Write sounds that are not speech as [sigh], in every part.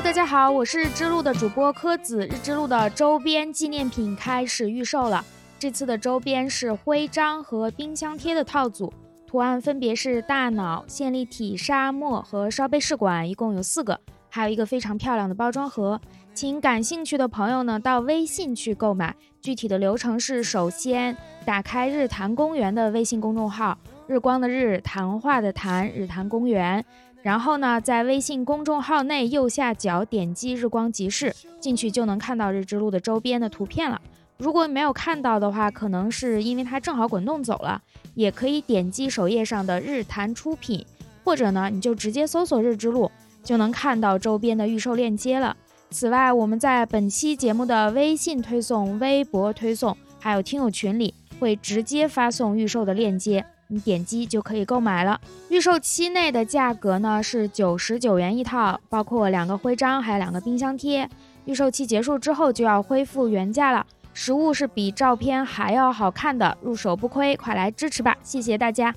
大家好，我是知路的主播柯子。日之路的周边纪念品开始预售了，这次的周边是徽章和冰箱贴的套组，图案分别是大脑、线粒体、沙漠和烧杯试管，一共有四个，还有一个非常漂亮的包装盒。请感兴趣的朋友呢到微信去购买，具体的流程是：首先打开日坛公园的微信公众号，日光的日，谈话的谈，日坛公园。然后呢，在微信公众号内右下角点击“日光集市”，进去就能看到日之路的周边的图片了。如果没有看到的话，可能是因为它正好滚动走了，也可以点击首页上的“日坛出品”，或者呢，你就直接搜索“日之路”，就能看到周边的预售链接了。此外，我们在本期节目的微信推送、微博推送，还有听友群里会直接发送预售的链接，你点击就可以购买了。预售期内的价格呢是九十九元一套，包括两个徽章，还有两个冰箱贴。预售期结束之后就要恢复原价了。实物是比照片还要好看的，入手不亏，快来支持吧！谢谢大家。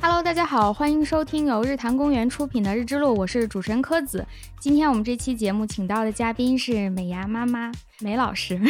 Hello，大家好，欢迎收听由日坛公园出品的《日之路》，我是主持人柯子。今天我们这期节目请到的嘉宾是美牙妈妈梅老师。 [laughs]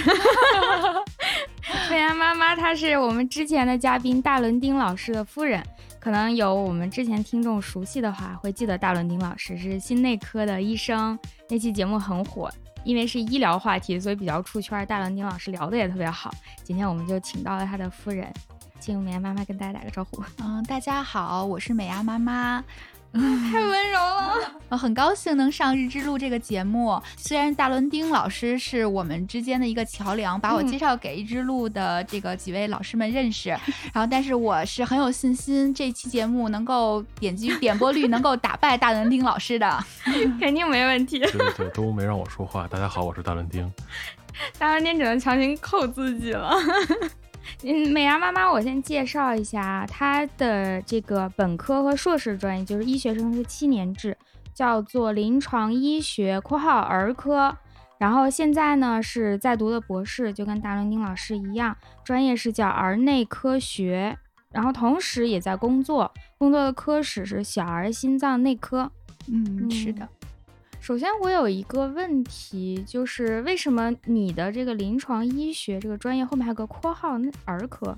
美牙妈妈她是我们之前的嘉宾大伦丁老师的夫人，可能有我们之前听众熟悉的话，会记得大伦丁老师是心内科的医生，那期节目很火。因为是医疗话题，所以比较出圈。大伦丁老师聊的也特别好。今天我们就请到了他的夫人，请美牙妈妈跟大家打个招呼。嗯，大家好，我是美牙妈妈，太温柔了。我呃很高兴能上《日之路》这个节目。虽然大伦丁老师是我们之间的一个桥梁，把我嗯介绍给《日之路》的这个几位老师们认识，然后但是我是很有信心，这期节目能够点击点播率能够打败大伦丁老师的。肯定没问题。对对对，都没让我说话。大家好，我是大 [laughs] 伦丁。啊当然，您只能强行扣自己了。 [laughs] 嗯，美牙妈妈，我先介绍一下啊，她的这个本科和硕士专业就是医学生是七年制，叫做临床医学（括号儿科）。然后现在呢是在读的博士，就跟大伦丁老师一样，专业是叫儿内科学。然后同时也在工作，工作的科室是小儿心脏内科。嗯，是的。首先，我有一个问题，就是为什么你的这个临床医学这个专业后面还有个括号那儿科？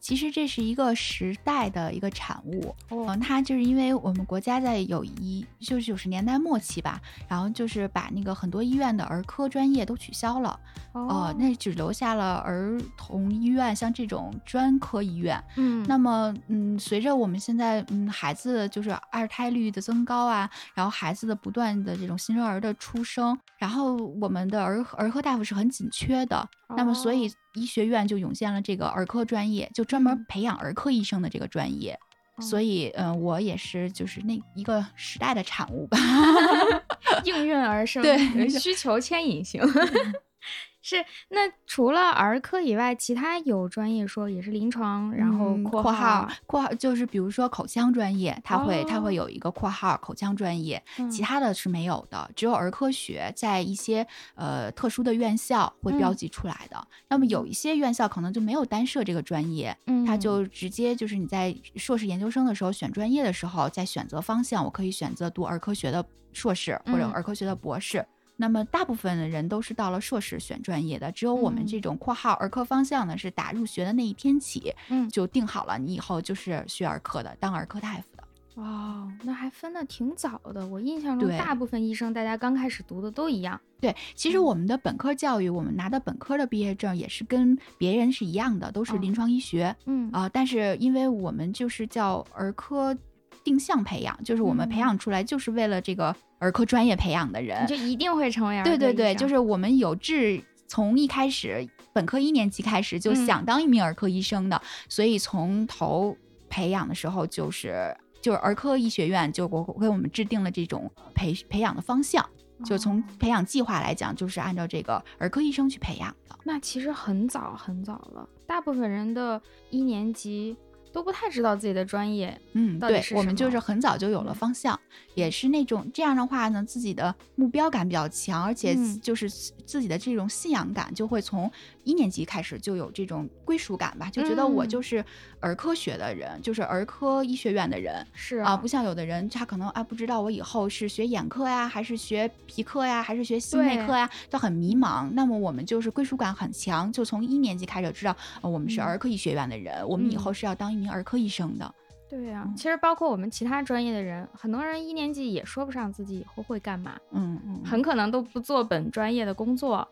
其实这是一个时代的一个产物，哦嗯，它就是因为我们国家在有一就是九十年代末期吧，然后就是把那个很多医院的儿科专业都取消了，哦，那只留下了儿童医院，像这种专科医院。嗯，那么，嗯，随着我们现在，嗯，孩子就是二胎率的增高啊，然后孩子的不断的这种新生儿的出生，然后我们的儿儿科大夫是很紧缺的。那么，哦所以医学院就涌现了这个儿科专业，就专嗯门哦培养儿科医生的这个专业。所以以，嗯、我也是就是那一个时代的产物吧。哦应运而生，对 [laughs] 嗯需求牵引型。 [laughs] 是，那除了儿科以外，其他有专业说也是临床，然后嗯括括括号就是比如说口腔专业，它会、它哦会有一个括号口腔专业，其嗯他的是没有的，只有儿科学在一些呃特殊的院校会标嗯记出来的。那么有一些院校可能就没有单设这个专业，嗯，它就直接就是你在硕士研究生的时候选专业的时候，在选择方向，我可以选择读儿科学的硕士或者嗯儿科学的博士。那么大部分的人都是到了硕士选专业的，只有我们这种括号儿科方向呢，是打入学的那一天起，嗯就定好了，你以后就是学儿科的，当儿科大夫的。哦，那还分的挺早的。我印象中，对大部分医生大家刚开始读的都一样。对，其实嗯我们的本科教育，我们拿的本科的毕业证也是跟别人是一样的，都哦是临床医学嗯啊、但是因为我们就是叫儿科定向培养，就是我们培嗯养出来就是为了这个儿科专业培养的人你。就一定会成为儿科对对对，医就生是我们有志从一开始本科一年级开始就嗯想当一名儿科医生的，所以从头培养的时候就是。就是儿科医学院就给我给我们制定了这种培培养的方向，就从哦培养计划来讲，就是按照这个儿科医生去培养的。那其实很早很早了，大部分人的一年级都不太知道自己的专业。嗯，到底对是，我什们就么是很早就有嗯了方向，也是那种这样的话呢，自己的目标感比较强，而且嗯就是自己的这种信仰感就会从一年级开始就有这种归属感吧，就觉得我嗯就是儿科学的人，就是儿科医学院的人。是啊，不像有的人，他可能啊不知道我以后是学眼科呀，还是学皮科呀，还是学心内对科呀，就很迷茫。那么我们就是归属感很强，就从一年级开始知道，呃我们是嗯儿科医学院的人，我们以后是要当一名儿科医生的。对呀、嗯其实包括我们其他专业的人，很多人一年级也说不上自己以后会干嘛，嗯嗯，很可能都不做本专业的工作，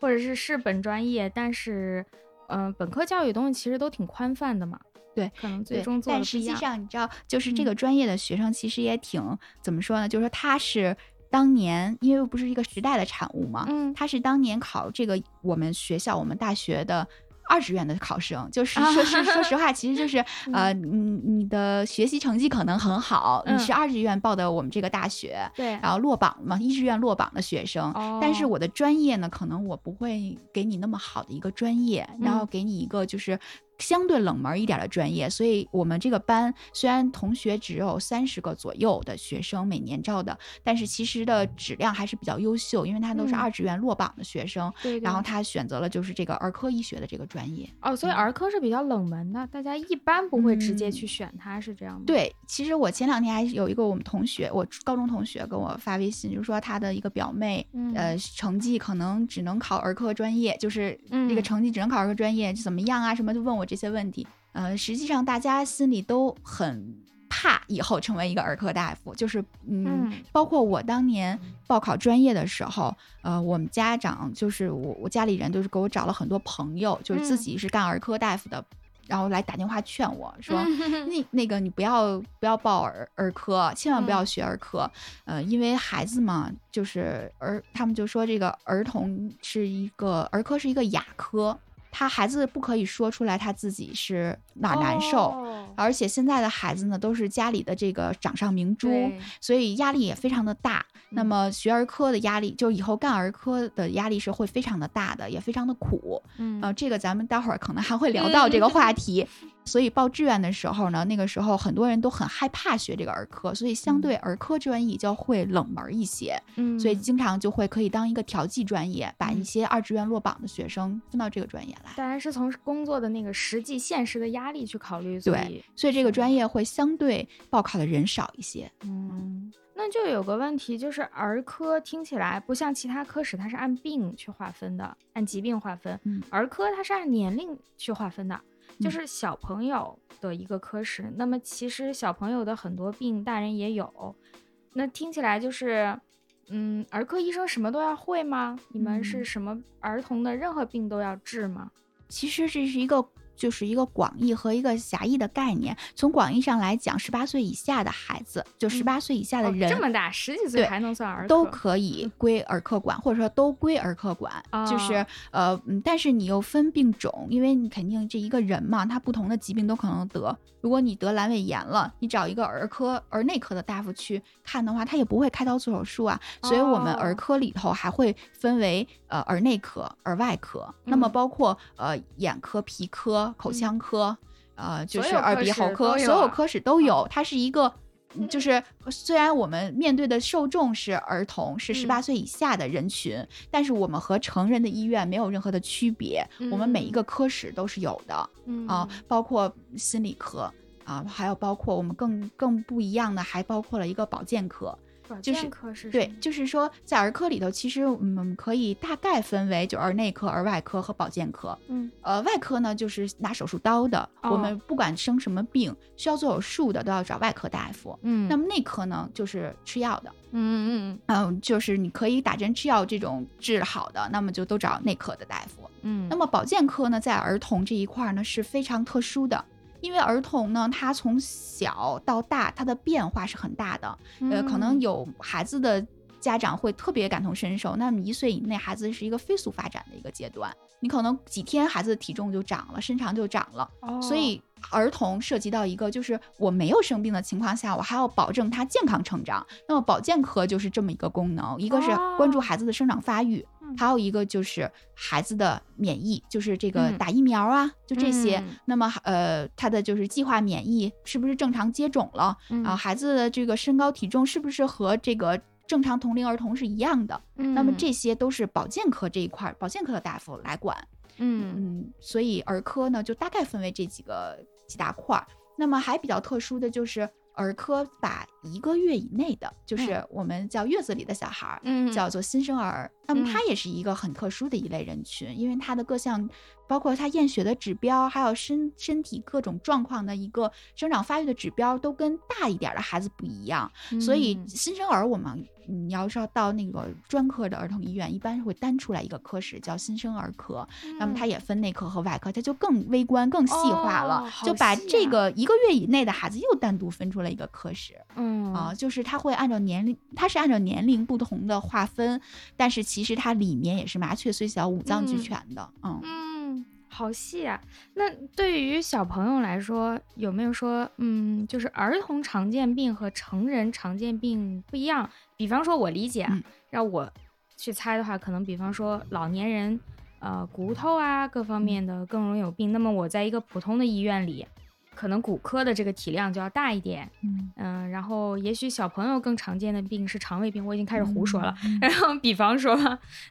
或者是是本专业，但是，嗯、本科教育东西其实都挺宽泛的嘛。对，可能最对，终做的但不实一际样。上，你知道，就是这嗯个专业的学生其实也挺、怎么说呢？就是说他是当年，因为不是一个时代的产物嘛，嗯他是当年考这个我们学校、我们大学的。二志愿的考 [laughs] 生，就是啊说是说实话，其实 [laughs] 就是呃，你你的学习成绩可能很好，嗯你是二志愿报的我们这个大学，对，哦然后落榜嘛，一志愿落榜的学生。啊但是我的专业呢，可能我不会给你那么好的一个专业，然嗯后给你一个就是相对冷门一点的专业。所以我们这个班虽然同学只有三十个左右的学生每年招的，但是其实的质量还是比较优秀，因为他都是嗯二志愿落榜的学生。对对然后他选择了就是这个儿科医学的这个专业。哦，所以嗯儿科是比较冷门的，大家一般不会直接嗯去选它，是这样吗？，对，其实我前两天还有一个我们同学，我高中同学跟我发微信，就说他的一个表妹，嗯呃，成绩可能只能考儿科专业，就是这个嗯成绩只能考儿科专业，怎么样啊？什么就问我这些问题。呃，实际上大家心里都很怕以后成为一个儿科大夫，就是嗯嗯包括我当年报考专业的时候，呃，我们家长就是我我家里人就是给我找了很多朋友，就是自嗯己是干儿科大夫的，然后来打电话劝我说， [laughs] 嗯那那个你不要不要报儿儿科，千万不嗯要学儿科，呃，因为孩子嘛，就是儿他们就说这个儿童是一个儿科是一个哑科，他孩子不可以说出来他自己是哪儿难受。哦而且现在的孩子呢，都是家里的这个掌上明珠，对所以压力也非常的大。那嗯么学儿科的压力，就以后干儿科的压力是会非常的大的，也非常的苦。嗯呃，这个咱们待会儿可能还会聊到这个话题。所以报志愿的时候呢，那个时候很多人都很害怕学这个儿科，所以相对儿科专业就会冷门一些，嗯，所以经常就会可以当一个调剂专业，把一些二志愿落榜的学生分到这个专业来。当然是从工作的那个实际现实的压力去考虑，所以对，所以这个专业会相对报考的人少一些。嗯，那就有个问题，就是儿科听起来不像其他科室，它是按病去划分的，按疾病划分。嗯儿科它是按年龄去划分的，就嗯是小朋友的一个科室。那么其实小朋友的很多病，大人也有。那听起来就是，嗯，儿科医生什么都要会吗？你们是嗯什么儿童的任何病都要治吗？其实这是一个。就是一个广义和一个狭义的概念。从广义上来讲，十八岁以下的孩子，就十八岁以下的哦人，这么大，十几岁对还能算儿科？嗯都可以归儿科管，或者说都归儿科管，就是哦呃，嗯，但是你又分病种，因为你肯定这一个人嘛，他不同的疾病都可能得。如果你得阑尾炎了，你找一个儿科、儿内科的大夫去看的话，他也不会开刀做手术啊。所以我们哦儿科里头还会分为呃儿内科、儿外科，那么嗯包括呃眼科、皮科、嗯口腔科。呃，就所是有耳科鼻喉室科，都所有有啊科室都有，它是一个。嗯就是虽然我们面对的受众是儿童，是十八嗯岁以下的人群，但是我们和成人的医院没有任何的区别。我们每一嗯个科室都是有的嗯啊，包括心理科啊，还有包括我们更更不一样的，还包括了一个保健科。保就是健科是对什么，就是说在儿科里头，其实我们可以大概分为就儿内科、儿外科和保健科。嗯，呃，外科呢就是拿手术刀的，哦我们不管生什么病，需要做手术的都要找外科大夫。嗯那么内科呢就是吃药的，嗯嗯嗯，就是你可以打针吃药这种治好的，那么就都找内科的大夫。嗯，那么保健科呢，在儿童这一块儿呢是非常特殊的，因为儿童呢，他从小到大，他的变化是很大的。呃，可能嗯有孩子的家长会特别感同身受。那么一岁以内，孩子是一个飞速发展的一个阶段，你可能几天孩子的体重就长了，身长就长了。所哦以儿童涉及到一个就是我没有生病的情况下，我还要保证他健康成长。那么保健科就是这么一个功能，一个是关注哦嗯孩子的生长发育，还有一个就是孩子的免疫，就是这个嗯打疫苗啊，就这些。嗯那么呃，他的就是计划免疫是不是正常接种了？嗯啊，孩子的这个身高体重是不是和这个正常同龄儿童是一样的？嗯那么这些都是保健科这一块儿，保健科的大夫来管。嗯嗯，所以儿科呢就大概分为这几个几大块儿。那么还比较特殊的就是儿科把一个月以内的，就是我们叫月子里的小孩儿，嗯叫做新生儿。那么嗯他也是一个很特殊的一类人群，因为他的各项，包括他验血的指标，还有身身体各种状况的一个生长发育的指标，都跟大一点儿的孩子不一样。所以嗯新生儿我们嗯你要是要到那个专科的儿童医院，一般会单出来一个科室叫新生儿科，嗯那么它也分内科和外科，它就更微观、更细化了，哦好就把细这啊个一个月以内的孩子又单独分出了一个科室嗯啊、就是它会按照年龄，它是按照年龄不同的划分，但是其实它里面也是麻雀虽小，五脏俱嗯全的，嗯嗯，好细啊！那对于小朋友来说，有没有说，嗯，就是儿童常见病和成人常见病不一样？比方说，我理解，啊嗯，让我去猜的话，可能比方说老年人，呃，骨头啊各嗯方面的更容易有病。那么我在一个普通的医院里，可能骨科的这个体量就要大一点，嗯，嗯，然后也许小朋友更常见的病是肠胃病，我已经开始胡说了。嗯。 [laughs] 然后比方说，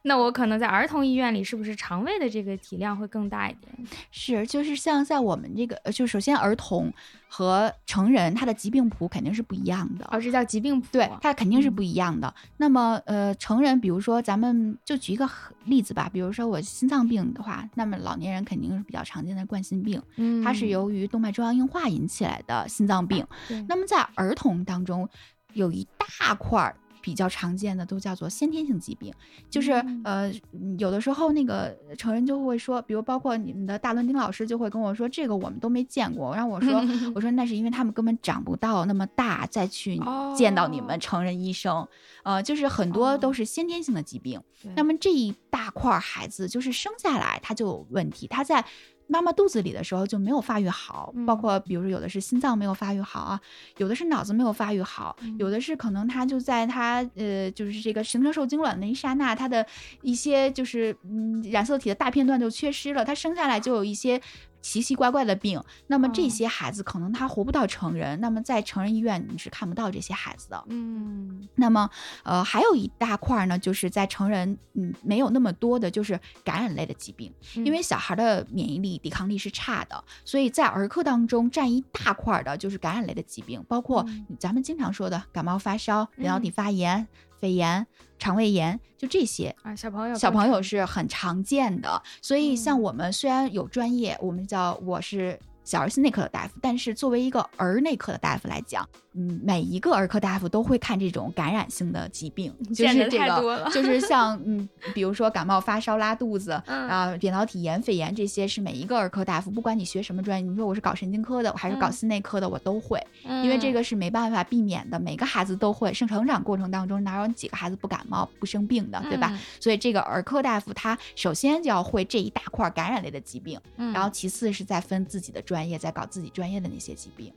那我可能在儿童医院里，是不是肠胃的这个体量会更大一点？是，就是像在我们这个，呃就首先儿童和成人他的疾病谱肯定是不一样的，哦，这叫疾病谱。对，它肯定是嗯不一样的。那么，呃，成人，比如说咱们就举一个很例子吧，比如说我心脏病的话，那么老年人肯定是比较常见的冠心病，嗯，它是由于动脉粥样硬化引起来的心脏病。对那么在儿童当中，有一大块儿。比较常见的都叫做先天性疾病，就是、嗯呃，有的时候那个成人就会说，比如包括你们的大伦丁老师就会跟我说，这个我们都没见过。然后我说， [laughs] 我说那是因为他们根本长不到那么大，再去见到你哦们成人医生。呃，就是很多都是先天性的疾病。对那么这一大块儿孩子就是生下来他就有问题，他在妈妈肚子里的时候就没有发育好，包嗯括比如说有的是心脏没有发育好啊，有的是脑子没有发育好，嗯有的是可能他就在他呃就是这个形成受精卵的一刹那，他的一些就是嗯染色体的大片段就缺失了，他生下来就有一些。奇奇怪怪的病，那么这哦些孩子可能他活不到成人，那么在成人医院你是看不到这些孩子的。嗯那么，呃，还有一大块儿呢，就是在成人，嗯，没有那么多的，就是感染类的疾病，嗯因为小孩的免疫力、抵抗力是差的，所以在儿科当中占一大块儿的就是感染类的疾病，包括嗯咱们经常说的感冒、发烧、扁桃体发炎、肺炎、肠胃炎，就这些。啊，小朋友小更朋友常是很常见的，所以像嗯我们虽然有专业，我们叫我是小儿心内科的大夫，但是作为一个儿内科的大夫来讲，嗯，每一个儿科大夫都会看这种感染性的疾病，就见是得这太多个了，就是像嗯，比如说感冒、发烧、拉肚子。 [laughs] 嗯啊，扁桃体炎、肺炎这些是每一个儿科大夫，不管你学什么专业，你说我是搞神经科的，我还是搞嗯心内科的，我都会。因为这个是没办法避免的，每个孩子都会，生成长过程当中哪有几个孩子不感冒不生病的，对吧？嗯所以这个儿科大夫他首先就要会这一大块感染类的疾病，嗯，然后其次是再分自己的专业，再搞自己专业的那些疾病。哦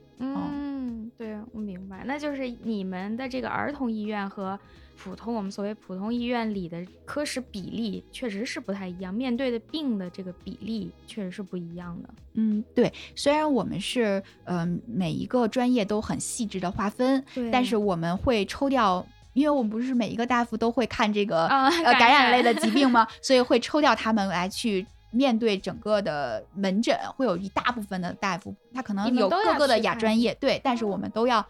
嗯，对我明白，那就是你们的这个儿童医院和普通我们所谓普通医院里的科室比例确实是不太一样，面对的病的这个比例确实是不一样的。嗯，对，虽然我们是嗯、呃每一个专业都很细致的划分，对但是我们会抽掉。因为我们不是每一个大夫都会看这个、啊呃感感染染类的疾病吗？所以会抽掉他们来去面对整个的门诊，会有一大部分的大夫，他可能你们有都各要个的去亚看哦专业，对，但是我们都要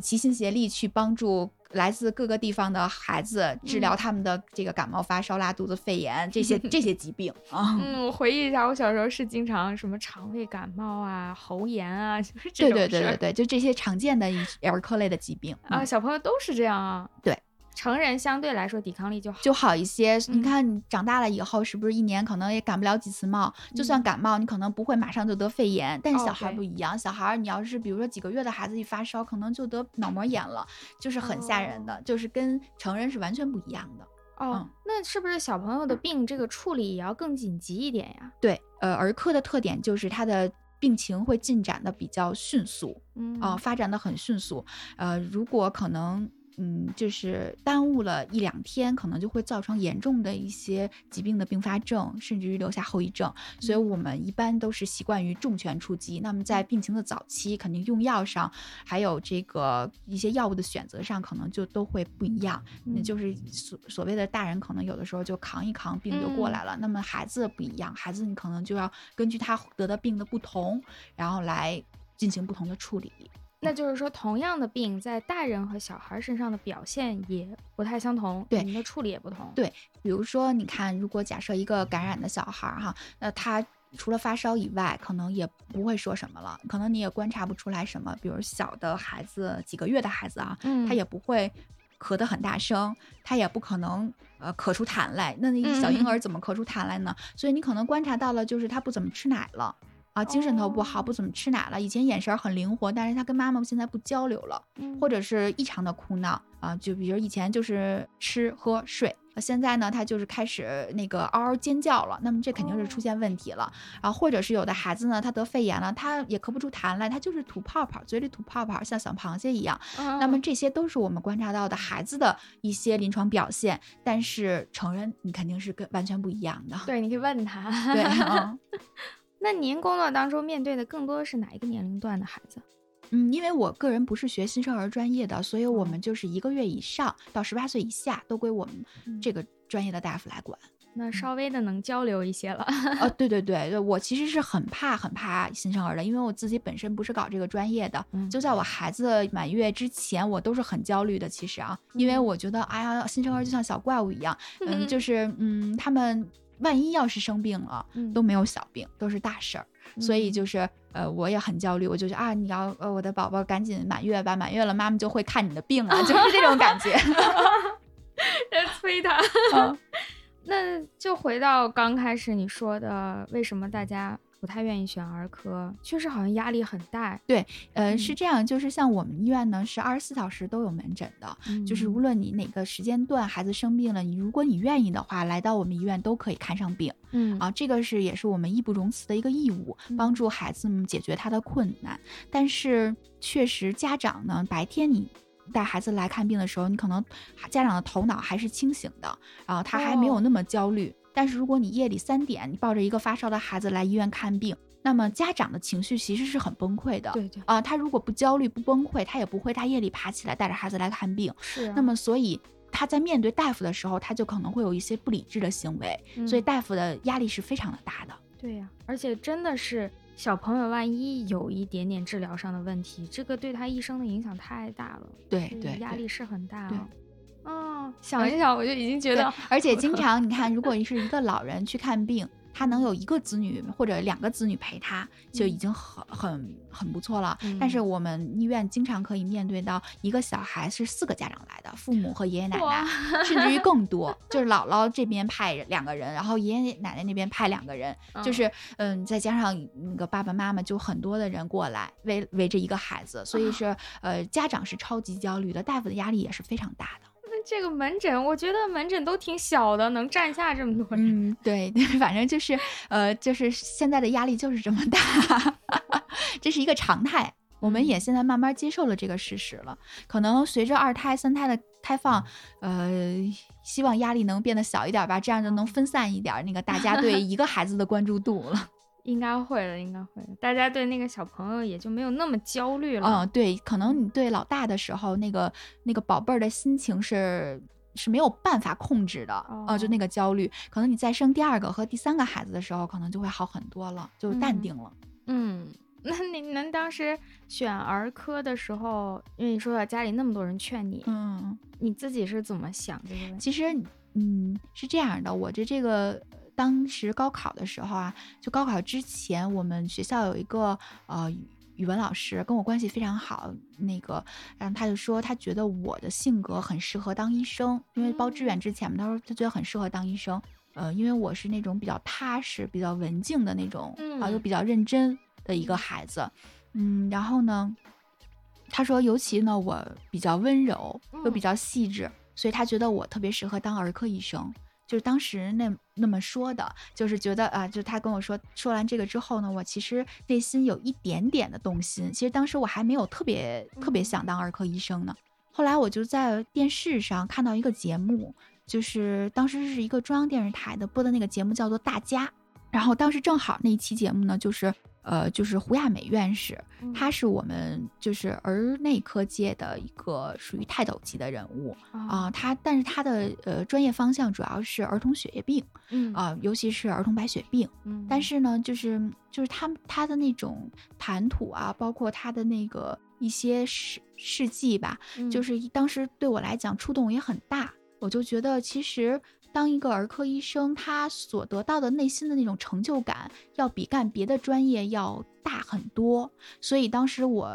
齐心协力去帮助来自各个地方的孩子治疗嗯他们的这个感冒、发烧、拉肚子、肺炎这 [laughs] 些这些疾病啊。嗯，我回忆一下，我小时候是经常什么肠胃感冒啊、喉炎啊，就是这对种对事对儿对对，就这些常见的一儿科类的疾病啊，嗯小朋友都是这样啊。对，成人相对来说抵抗力就好。就好一些。你嗯看，你长大了以后，是不是一年可能也感不了几次冒？就算嗯感冒，你可能不会马上就得肺炎，但是哦小孩儿对不一样。小孩儿，你要是比如说几个月的孩子一发烧，可能就得脑膜炎了，就是很吓人的，就是跟成人是完全不一样的。哦嗯，那是不是小朋友的病这个处理也要更紧急一点呀？对，呃，儿科的特点就是它的。病情会进展的比较迅速嗯哦啊、发展的很迅速。呃，如果可能嗯，就是耽误了一两天，可能就会造成严重的一些疾病的并发症，甚至于留下后遗症。所以嗯我们一般都是习惯于重拳出击。那么在病情的早期，肯定用药上，还有这个一些药物的选择上，可能就都会不一样。那嗯就是所所谓的大人可能有的时候就扛一扛病就嗯过来了，那么孩子不一样，孩子你可能就要根据他得的病的不同，然后来进行不同的处理。那就是说，同样的病在大人和小孩身上的表现也不太相同，对你们的处理也不同。对比如说，你看，如果假设一个感染的小孩儿哈，那他除了发烧以外，可能也不会说什么了，可能你也观察不出来什么。比如小的孩子，几个月的孩子啊，嗯，他也不会咳得很大声，他也不可能呃咳出痰来。那那一小嗯婴儿怎么咳出痰来呢？所以你可能观察到了，就是他不怎么吃奶了。啊，精神头不好，哦不怎么吃奶了。以前眼神儿很灵活，但是他跟妈妈现在不交流了。嗯或者是异常的哭闹啊，就比如以前就是吃喝睡，呃现在呢他就是开始那个嗷嗷尖叫了，那么这肯定是出现问题了啊，或者是有的孩子呢他得肺炎了，他也咳不出痰来，他就是吐泡泡，嘴里吐泡泡，像小螃蟹一样。嗯，那么这些都是我们观察到的孩子的一些临床表现，但是成人你肯定是跟完全不一样的。 [laughs] 对，你可以问他。对，嗯。 [laughs] 那您工作当中面对的更多是哪一个年龄段的孩子？嗯，因为我个人不是学新生儿专业的，所以嗯我们就是一个月以上到十八岁以下都归我们嗯这个专业的大夫来 [laughs] 管。那稍微的能交流一些了。哦，对对对，对我其实是很怕很怕新生儿的，因为我自己本身不是搞这个专业的。嗯就在我孩子满月之前，我都是很焦虑的。其实啊，嗯因为我觉得，哎呀，新生儿就像小怪 [laughs] 物一样，嗯，就是嗯，他们万一要是生病了，嗯都没有小病，都是大事儿。所以嗯就是呃，我也很焦虑，我就觉得啊，你要呃我的宝宝赶紧满月吧，满月了妈妈就会看你的病了，就是这种感觉。 [laughs] 催他。嗯 [laughs] 那就回到刚开始你说的，为什么大家不太愿意选儿科？确实好像压力很大，呃，是这样，就是像我们医院呢是二十四小时都有门诊的，嗯就是无论你哪个时间段孩子生病了，你如果你愿意的话，来到我们医院都可以看上病嗯啊，这个是也是我们义不容辞的一个义务，帮嗯助孩子们解决他的困难。但是确实，家长呢，白天你。带孩子来看病的时候，你可能家长的头脑还是清醒的，然后他还没有哦那么焦虑。但是如果你夜里三点，你抱着一个发烧的孩子来医院看病，那么家长的情绪其实是很崩溃的。对对啊、他如果不焦虑、不崩溃，他也不会大夜里爬起来带着孩子来看病。是啊。那么，所以他在面对大夫的时候，他就可能会有一些不理智的行为，所嗯以大夫的压力是非常的大的。对呀、而且真的是小朋友，万一有一点点治疗上的问题，这个对他一生的影响太大了，对所以对，压对力是很大对哦。嗯，想一想我就已经觉对得，而 [laughs] 且经常你看，如果是一个老人去看病，他能有一个子女或者两个子女陪他，就嗯已经很很很不错了。但是我们医院经常可以面对到一个小孩是四个家长来的，父母和爷爷奶奶哇，甚至于更多，就是姥姥这边派两个人，然后爷爷奶奶那边派两个人，就嗯是嗯，再加上那个爸爸妈妈，就很多的人过来围围着一个孩子，所啊以是呃，家长是超级焦虑的，大夫的压力也是非常大的。那这个门诊，我觉得门诊都挺小的，能站下这么多人。嗯，对， [laughs] 对，反正就是呃，就是现在的压力就是这么大， [laughs] 这是一个常态。我们嗯也现在慢慢接受了这个事实了。可能随着二胎、三胎的开放，呃，希望压力能变得小一点吧，这样就能分散一点那个大家对一个孩子的关 [laughs] 注度了。应该会的，应该会的。大家对那个小朋友也就没有那么焦虑了。嗯，对，可能你对老大的时候，那个那个宝贝儿的心情是是没有办法控制的，啊，就哦那个焦虑。可能你再生第二个和第三个孩子的时候，可能就会好很多了，就淡嗯定了。嗯，那你们当时选儿科的时候，因为你说到家里那么多人劝你，嗯，你自己是怎么想这个问题？其实，嗯，是这样的，我这这个呃当时高考的时候啊，就高考之前，我们学校有一个呃语语文老师跟我关系非常好，那个，然后他就说他觉得我的性格很适合当医生，因为报志愿之前嘛，他说他觉得很适合当医生，呃，因为我是那种比较踏实、比较文静的那种，啊，又嗯比较认真的一个孩子，嗯，然后呢。他说，尤其呢，我比较温柔，又比嗯较细致，所以他觉得我特别适合当儿科医生。就是当时那那么说的，就是觉得啊，就他跟我说说完这个之后呢，我其实内心有一点点的动心。其实当时我还没有特别特别想当儿科医生呢。后来我就在电视上看到一个节目，就是当时是一个中央电视台的播的那个节目叫做《大家》，然后当时正好那一期节目呢，就是呃，就是胡亚美院士，嗯他是我们就是儿内科界的一个属于泰斗级的人物嗯哦啊、他但是他的呃专业方向主要是儿童血液病嗯啊、尤其是儿童白血病。嗯但是呢，就是就是他他的那种谈吐啊，包括他的那个一些事事迹吧，就嗯是当时对我来讲触动也很大。我就觉得，其实当一个儿科医生，他所得到的内心的那种成就感，要比干别的专业要大很多。所以当时我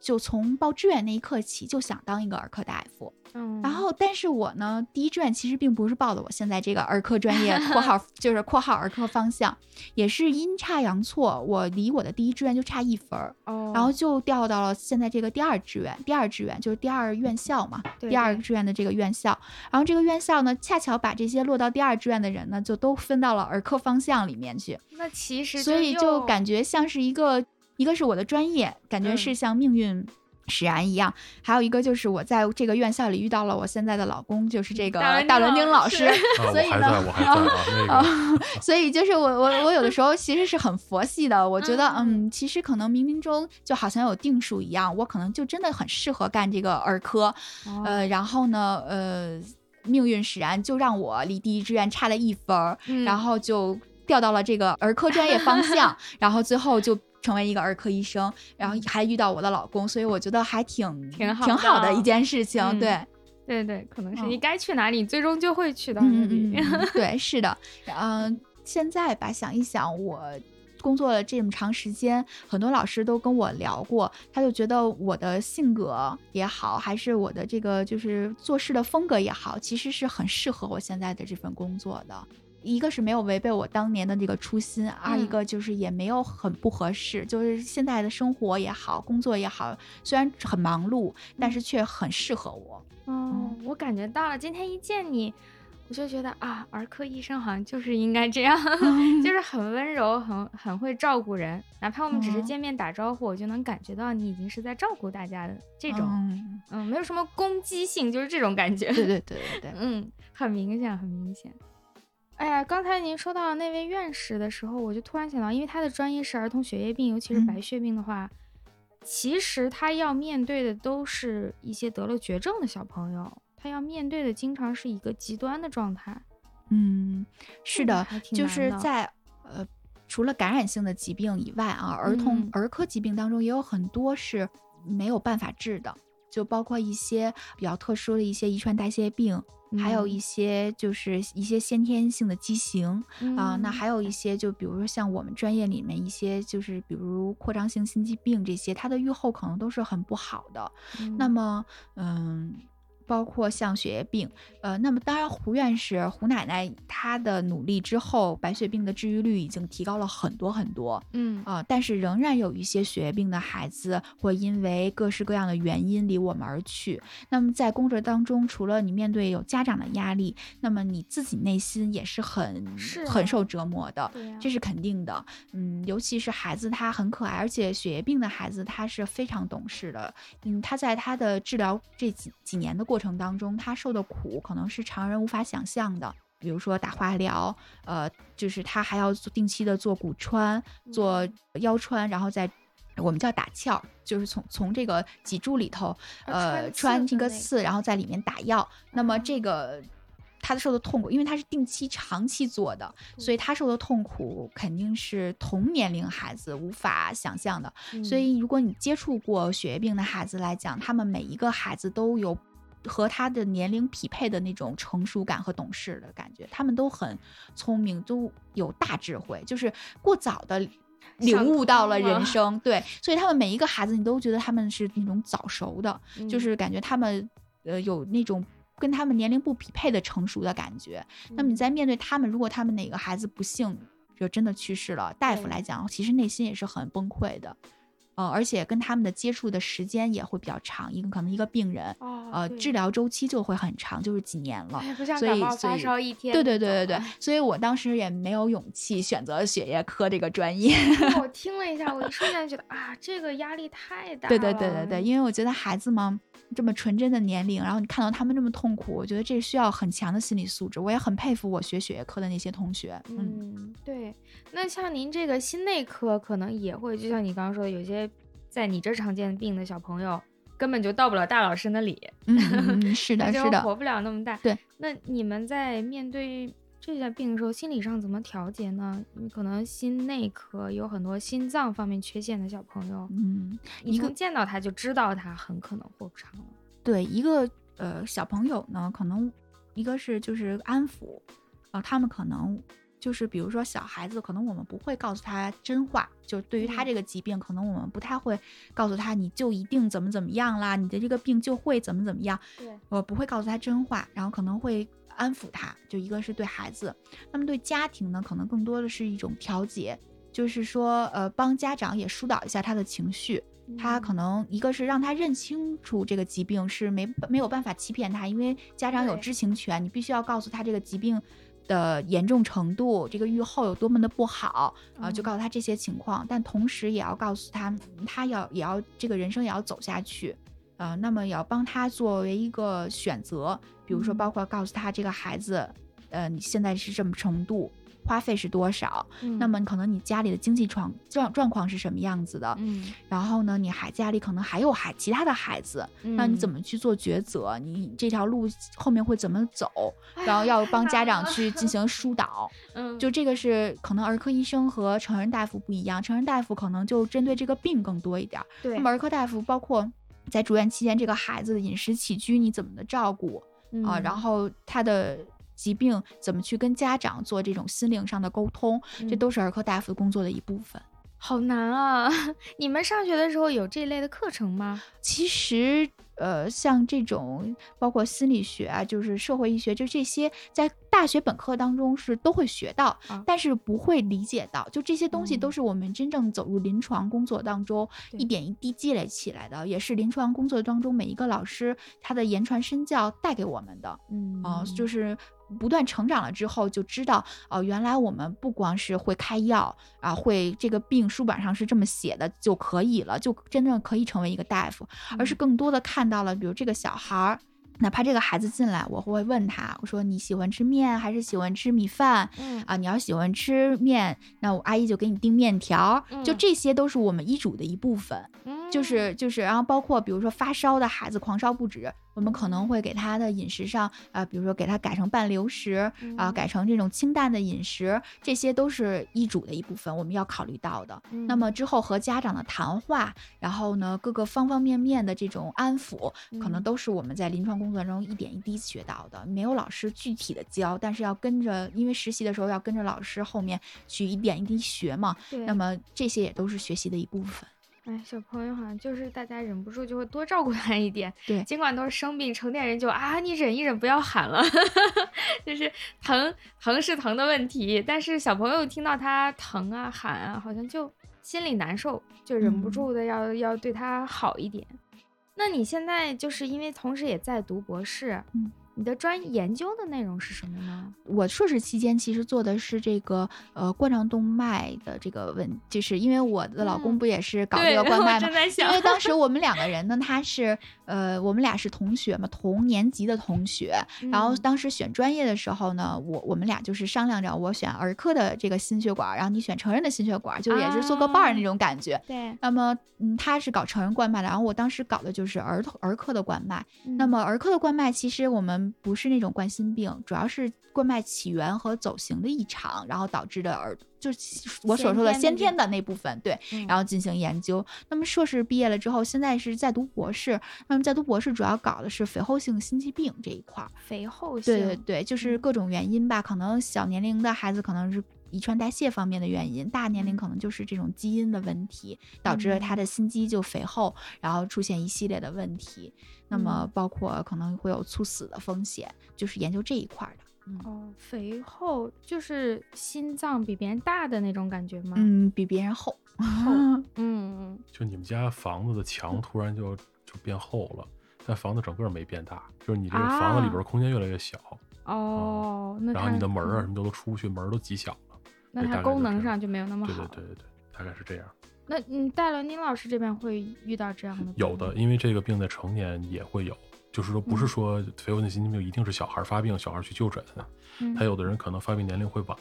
就从报志愿那一刻起，就想当一个儿科大夫。嗯然后，但是我呢，第一志愿其实并不是报的我现在这个儿科 [laughs] 专业（括号就是括号儿科方向），也是阴差阳错，我离我的第一志愿就差一分儿，哦，然后就调到了现在这个第二志愿。第二志愿就是第二院校嘛，对第二对志愿的这个院校。然后这个院校呢，恰巧把这些落到第二志愿的人呢，就都分到了儿科方向里面去，那其实所这以就又感觉像是一个，一个是我的专业，感觉嗯是像命运使然一样，还有一个就是我在这个院校里遇到了我现在的老公，就是这个大蓝大鲸伦丁老老师师，啊，我所以还呢在，我还 [laughs] 在啊，那个啊，所以就是我我我有的时候其实是很佛系的，我觉得嗯嗯，其实可能冥冥中就好像有定数一样，我可能就真的很适合干这个儿科，哦呃，然后呢，呃，命运使然就让我离第一志愿差了一分儿，嗯然后就调到了这个儿科专业 [laughs] 方向，然后最后就。成为一个儿科医生，然后还遇到我的老公，所以我觉得还挺嗯挺好挺好的的一件事情，嗯对。对对，可能是嗯你该去哪里，最终就会去到那嗯里。嗯 [laughs] 嗯对，是的。嗯、现在吧，想一想我。工作了这么长时间，很多老师都跟我聊过，他就觉得我的性格也好，还是我的这个就是做事的风格也好，其实是很适合我现在的这份工作的。一个是没有违背我当年的这个初心，二一嗯个就是也没有很不合适，就是现在的生活也好，工作也好，虽然很忙碌，嗯但是却很适合我。哦，我感觉到了，今天一见你，我就觉得啊，儿科医生好像就是应该这样， [laughs] 就是很温柔，很很会照顾人。哪怕我们只是嗯见面打招呼，我就能感觉到你已经是在照顾大家的这种，嗯嗯，没有什么攻击性，就是这种感觉。 [laughs] 对对对对对。嗯，很明显，很明显。哎呀，刚才您说到那位院士的时候，我就突然想到，因为他的专业是儿童血液病，尤其是嗯白血病的话，其实他要面对的都是一些得了绝症的小朋友，他要面对的经常是一个极端的状态。嗯，这是个的还，挺就难是的在呃，除了感染性的疾病以外啊，儿童、嗯儿科疾病当中也有很多是没有办法治的，就包括一些比较特殊的一些遗传代谢病，嗯还有一些就是一些先天性的畸形啊、那嗯还有一些就比如说像我们专业里面一些就是比如扩张性心肌病这些，它的预后可能都是很不好的。那嗯么，嗯，包括像血液病，呃，那么当然胡院士、胡奶奶她的努力之后，白血病的治愈率已经提高了很多很多嗯啊、但是仍然有一些血液病的孩子会因为各式各样的原因离我们而去。那么在工作当中，除了你面对有家长的压力，那么你自己内心也是很是啊很受折磨的。对呀、这是肯定的，嗯，尤其是孩子，他很可爱，而且血液病的孩子他是非常懂事的，嗯，他在他的治疗这几几年的过程当中，他受的苦可能是常人无法想象的，比如说打化疗，呃，就是他还要做定期的做骨穿、做嗯腰穿，然后再我们叫打鞘，就是从从这个脊柱里头，啊呃，穿刺穿这的个那个刺，然后在里面打药。那么这个他的受的痛苦，因为他是定期长期做的，所以他受的痛苦肯定是同年龄孩子无法想象的。嗯所以，如果你接触过血液病的孩子来讲，他们每一个孩子都有和他的年龄匹配的那种成熟感和懂事的感觉，他们都很聪明，都有大智慧，就是过早的。领想悟到了通了人生，对，所以他们每一个孩子，你都觉得他们是那种早熟的，嗯嗯就是感觉他们呃有那种跟他们年龄不匹配的成熟的感觉。那么嗯嗯你在面对他们，如果他们哪个孩子不幸就真的去世了，大夫对来讲，其实内心也是很崩溃的。呃，而且跟他们的接触的时间也会比较长，一个可能一个病人，哦呃，对治疗周期就会很长，就是几年了。哎，不像所感以冒所发以烧一天对那种啊。对对对对，所以我当时也没有勇气选择血液科这个专业。因为 [laughs] 我听了一下，我一瞬间觉得啊，这个压力太大了。对对对对对，因为我觉得孩子嘛，这么纯真的年龄，然后你看到他们这么痛苦，我觉得这需要很强的心理素质。我也很佩服我学血液科的那些同学，嗯，嗯，对。那像您这个心内科，可能也会，就像你刚刚说的，有些在你这儿常见的病的小朋友，根本就到不了大老师那里，嗯嗯嗯是的，就是的，活不了那么大。对。那你们在面对这些病的时候，心理上怎么调节呢？你可能心内科有很多心脏方面缺陷的小朋友，嗯，你一个从见到他就知道他很可能活不长了。对一个呃小朋友呢，可能一个是就是安抚，啊、他们可能就是比如说小孩子，可能我们不会告诉他真话，就是对于他嗯这个疾病，可能我们不太会告诉他你就一定怎么怎么样啦，你的这个病就会怎么怎么样，对，我不会告诉他真话，然后可能会安抚他，就一个是对孩子，那么对家庭呢，可能更多的是一种调节。就是说，呃，帮家长也疏导一下他的情绪，他嗯可能一个是让他认清楚这个疾病是没没有办法欺骗他，因为家长有对知情权，你必须要告诉他这个疾病的严重程度，这个预后有多么的不好啊、嗯就告诉他这些情况，但同时也要告诉他，嗯他要也要这个人生也要走下去。啊，那么也要帮他作为一个选择，比如说嗯包括告诉他这个孩子，呃，你现在是这么程度，花费是多少，嗯，那么可能你家里的经济状状状况是什么样子的，嗯，然后呢，你还家里可能还有孩其他的孩子，嗯，那你怎么去做抉择？你这条路后面会怎么走？哎然后要帮 [laughs] 家长去进行疏导。嗯，就这个是可能儿科医生和成人大夫不一样，成人大夫可能就针对这个病更多一点儿，对那么儿科大夫包括。在住院期间，这个孩子的饮食起居你怎么的照顾啊？嗯然后他的疾病怎么去跟家长做这种心灵上的沟通，这嗯都是儿科大夫工作的一部分。好难啊！ [laughs] 你们上学的时候有这类的课程吗？其实，呃，像这种包括心理学啊，就是社会医学，就这些，在大学本科当中是都会学到，啊但是不会理解到。就这些东西嗯都是我们真正走入临床工作当中、对一点一滴积累起来的，也是临床工作当中每一个老师他的言传身教带给我们的。嗯啊、就是不断成长了之后，就知道哦、原来我们不光是会开药啊，会这个病书本上是这么写的就可以了，就真正可以成为一个大夫，而嗯是更多的看到了，比如这个小孩儿。哪怕这个孩子进来，我会问他，我说你喜欢吃面还是喜欢吃米饭嗯啊？你要喜欢吃面，那我阿姨就给你订面条。就嗯这些都是我们医嘱的一部分。啊就是就是，然后包括比如说发烧的孩子狂烧不止，我们可能会给他的饮食上啊、呃比如说给他改成半流食啊、嗯改成这种清淡的饮食，这些都是医嘱的一部分，我们要考虑到的。嗯那么之后和家长的谈话，然后呢各个方方面面的这种安抚，可能嗯都是我们在临床工作中一点一滴学到的，没有老师具体的教，但是要跟着，因为实习的时候要跟着老师后面去一点一滴学嘛。对那么这些也都是学习的一部分。哎，小朋友好像就是大家忍不住就会多照顾他一点， [laughs] 对尽管都是生病，成年人就啊，你忍一忍，不要喊了， [laughs] 就是疼疼是疼的问题，但是小朋友听到他疼啊喊啊，好像就心里难受，就忍不嗯住的要、要对他好一点。那你现在就是因为同时也在读博士，嗯，你的专研究的内容是什么呢？我硕士期间其实做的是这个呃冠状动脉的这个问，就是因为我的老公嗯不也是搞这对，个冠 [laughs] 我脉嘛正，在因想，为当时我们两个人呢，他是呃我们俩是同学嘛，同年级的同学，然后嗯当时选专业的时候呢，我我们俩就是商量着，我选儿科的这个心血管，然后你选成人的心血管，就也是做个伴儿啊那种感觉。对，那么，嗯，他是搞成人冠脉的，然后我当时搞的就是儿童儿科的冠脉。那嗯么儿科的冠脉其实我们不是那种冠心病，主要是冠脉起源和走形的异常，然后导致的耳就是我所先说的天的先这天的那部分，对，嗯然后进行研究。那么硕士毕业了之后，现在是在读博士，那么在读博士主要搞的是肥厚性心肌病这一块儿。肥厚性，对对对，就是嗯各种原因吧，可能小年龄的孩子可能是遗传代谢方面的原因，大嗯年龄可能就是这种基因的问题，导致了他的心肌就肥厚，然后出现一系列的问题。那么嗯包括可能会有猝死的风险，就是研究这一块儿的。哦，肥厚就是心脏比别人大的那种感觉吗？嗯，比别人厚。嗯就你们家房子的墙突然就就变厚了，但房子整个没变大，就是你这个房子里边空间越来越小，哦，啊那然它后你的门儿啊什嗯么的都出不去，门儿都挤小了。那对它大概功就这能样上就没有那么对好对了。对对对，大概是这样。那嗯，戴伦丁老师这边会遇到这样的病有的，吗因为这个病在成年也会有，就是说不是嗯说肥厚性心肌病一定是小孩发病，小孩去就诊，啊嗯他有的人可能发病年龄会晚，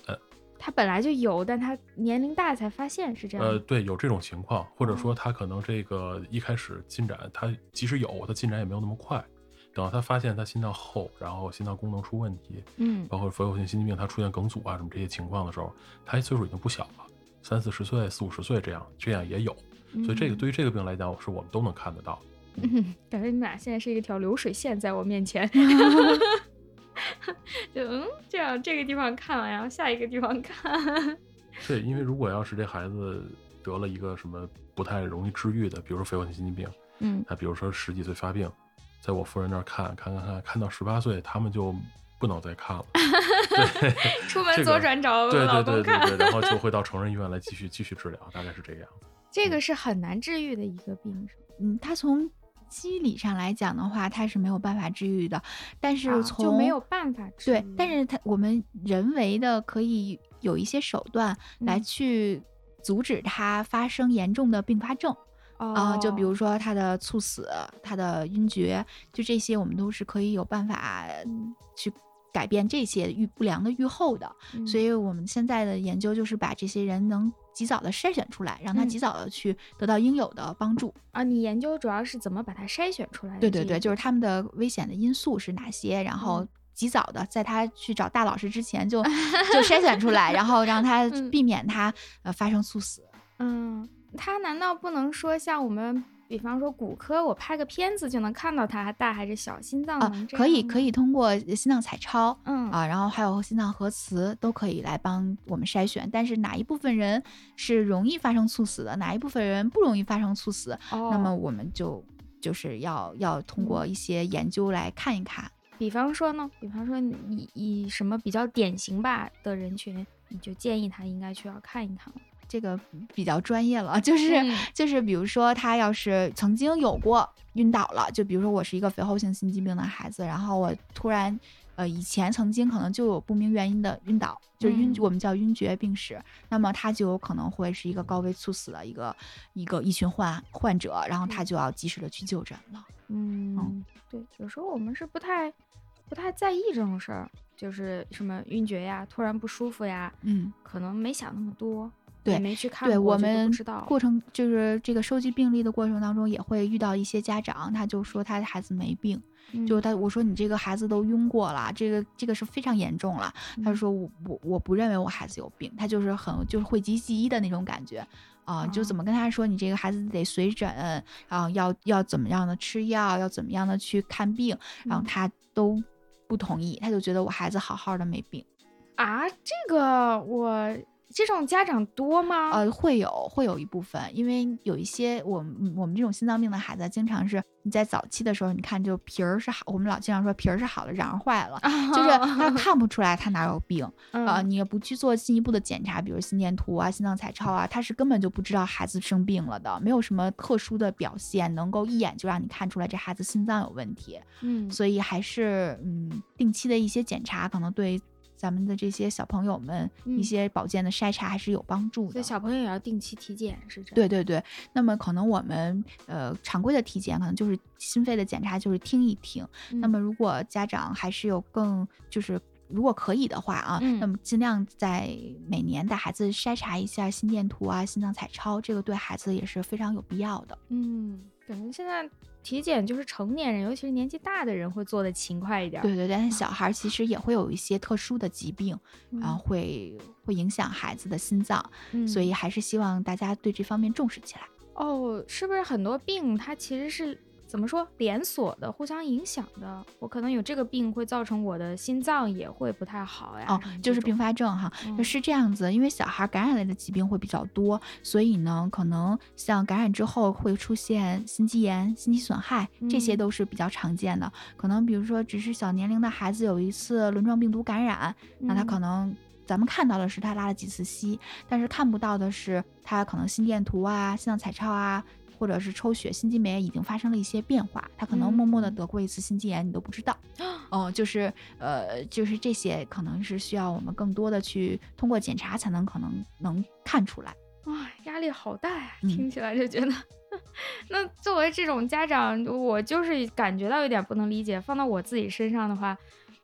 他本来就有，但他年龄大才发现是这样呃，的。对，有这种情况，或者说哦他可能这个一开始进展，他即使有，他进展也没有那么快。等到他发现他心脏厚，然后心脏功能出问题，嗯包括肥厚性心肌病，他出现梗阻啊什么这些情况的时候，他岁数已经不小了，三四十岁、四五十岁这样，这样也有。所以这个对于这个病来讲，是我们都能看得到。嗯，感觉你们俩现在是一条流水线在我面 [laughs] 前。就嗯，这样这个地方看完，然后下一个地方 [laughs] 看。对，因为如果要是这孩子得了一个什么不太容易治愈的，比如说肥厚性心肌病，嗯，啊，比如说十几岁发病，在我夫人那儿看看看看，看到十八岁，他们就不能再 [laughs] 看了。对，出门这左个转找对老对公对看。对对， [laughs] 然后就会到成人医院来继续继续治疗，大概是这个样子。这个是很难治愈的一个病，是吧 [laughs] 嗯，它从机理上来讲的话，它是没有办法治愈的，但啊是从、就没有办法治愈。对，但是它我们人为的可以有一些手段来嗯去阻止它发生严重的并发症啊、哦，就比如说它的猝死、它的晕厥，就这些我们都是可以有办法嗯，去改变这些预不良的预后的。嗯所以我们现在的研究就是把这些人能及早的筛选出来，让他嗯及早的去得到应有的帮助。啊，你研究主要是怎么把它筛选出来的？对对对，就是是他们的危险的因素是哪些，然后嗯及早的在他去找大老师之前 [laughs] 就就筛选出来，然后让他嗯避免他呃发生猝死。嗯，他难道不能说像我们，比方说骨科，我拍个片子就能看到它大还是小？心脏啊能，嗯这可以样可吗，以通过心脏彩超嗯啊，然后还有心脏核磁都可以来帮我们筛选，但是哪一部分人是容易发生猝死的，哪一部分人不容易发生猝死，那那么我们就就是要要嗯通过一些研究来看一看。比方说呢，比方说你以以什么比较典型吧的人群，你就建议他应该去要看一看了。这个比较专业了，就是、嗯就是，比如说他要是曾经有过晕倒了，就比如说我是一个肥厚性心肌病的孩子，然后我突然，呃，以前曾经可能就有不明原因的晕倒，就是晕，嗯我们叫晕厥病史，那么他就有可能会是一个高危猝死的一个一个一群患患者，然后他就要及时的去就诊了。嗯，对，有时候我们是不太不太在意这种事儿，就是什么晕厥呀、突然不舒服呀，嗯。可能没想那么多，也对没去看对过我就都们不知道过程就是这个收集病例的过程当中，也会遇到一些家长，他就说他的孩子没病，就嗯他我说你这个孩子都晕过了，这个这个是非常严重了。他就嗯说我我我不认为我孩子有病，他就是很就是讳疾忌医的那种感觉啊、就怎哦么跟他说你这个孩子得随诊啊、要要怎么样的吃药，要怎么样的去看病，然后嗯他都不同意，他就觉得我孩子好好的没病。啊，这个我这种家长多吗？呃，会有会有一部分，因为有一些我们我们这种心脏病的孩子，经常是你在早期的时候，你看就皮儿是好，我们老经常说皮儿是好的，瓤儿坏了， [laughs] 就是他看不出来他哪有病啊、哦嗯你也不去做进一步的检查，比如心电图啊、心脏彩超啊，他是根本就不知道孩子生病了的，没有什么特殊的表现能够一眼就让你看出来这孩子心脏有问题，嗯所以还是嗯，定期的一些检查可能对。咱们的这些小朋友们嗯一些保健的筛查还是有帮助所的。以小朋友也要定期体检，是这样。对对对，那么可能我们呃常规的体检可能就是心肺的检查，就是听一听。嗯，那么如果家长还是有更就是。如果可以的话啊，那嗯么尽量在每年带孩子筛查一下心电图啊、心脏彩超，这个对孩子也是非常有必要的。嗯，感觉现在体检就是成年人，尤其是年纪大的人会做的勤快一点儿。对对对，但是小孩儿其实也会有一些特殊的疾病，嗯，然后会会影响孩子的心脏，嗯所以还是希望大家对这方面重视起来。哦，是不是很多病它其实是怎么说连锁的，互相影响的？我可能有这个病会造成我的心脏也会不太好呀。哦什么，就这是并种发症哈，嗯就是这样子，因为小孩感染类的疾病会比较多，所以呢，可能像感染之后会出现心肌炎、心肌损害，这些嗯都是比较常见的。可能比如说，只是小年龄的孩子有一次轮状病毒感染，那他可嗯能。咱们看到的是他拉了几次稀，但是看不到的是他可能心电图啊、心脏彩超啊，或者是抽血、心肌酶已经发生了一些变化，他可能默默的嗯得过一次心肌炎，你都不 [laughs] 知道。哦，就是呃，就是这些可能是需要我们更多的去通过检查才能可能能看出来。嗯哎哇，压力好大呀，嗯听起来就觉得。 [laughs] 那作为这种家长，我就是感觉到有点不能理解。放到我自己身上的话，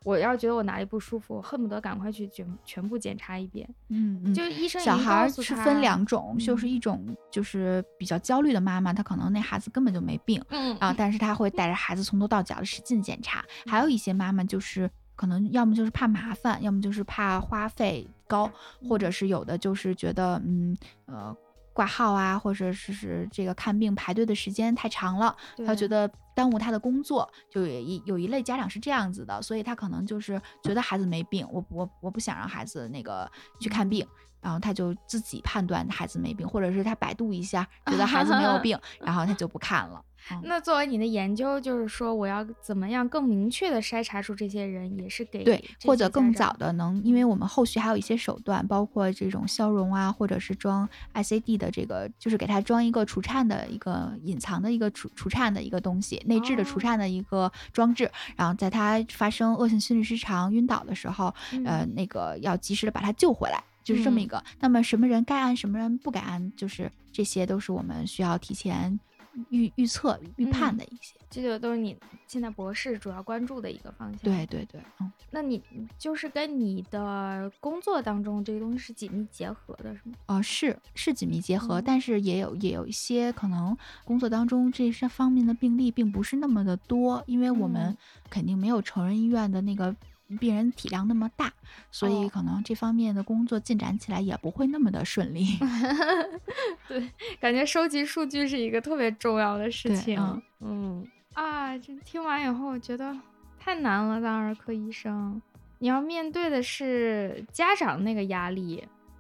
我要觉得我哪里不舒服，我恨不得赶快去全全部检查一遍。嗯嗯，就是医生已小经孩儿告诉是他分，两种，就是嗯一种就是比较焦虑的妈妈，她可能那孩子根本就没病嗯啊，但是她会带着孩子从头到脚的使劲检查；还有一些妈妈就是可能要么就是怕麻烦，要么就是怕花费高，或者是有的就是觉得嗯呃。挂号啊，或者是是这个看病排队的时间太长了，他觉得得耽误他的工作，就有一有一类家长是这样子的，所以他可能就是觉得孩子没病，我我我不想让孩子那个去看病，然后他就自己判断孩子没病，或者是他百度一下觉得孩子没有病，然后他就不看了。那作为你的研究，就是说我要怎么样更明确的筛查出这些人，也是给对，这或些者家更长早的能，因为我们后续还有一些手段，包括这种消融啊，或者是装 ICD 的这个，就是给它装一个除颤的一个隐藏的一个除除颤的一个东西，内置的除哦颤的一个装置，然后在它发生恶性心律失常、晕倒的时候，嗯呃，那个要及时的把它救回来。就是这么一个，那么什么人该按，什么人不该按，就是这些都是我们需要提前预预测、预判嗯的一些。这个都是你现在博士主要关注的一个方向。对，对对，嗯。那你就是跟你的工作当中这个东西是紧密结合的，是吗？ [laughs] 呃，是是紧密结合，嗯但是也有也有一些可能工作当中这些方面的病例并不是那么的多，因为我们嗯肯定没有成人医院的那个病人体量那么大，所以哦可能这方面的工作进展起来也不会那么的 [laughs] 顺利。感觉收集数据是一个特别重要的事对情。嗯嗯啊，这听完以后，我觉得太难了，当儿科医生。你要面对的是家长那个压力，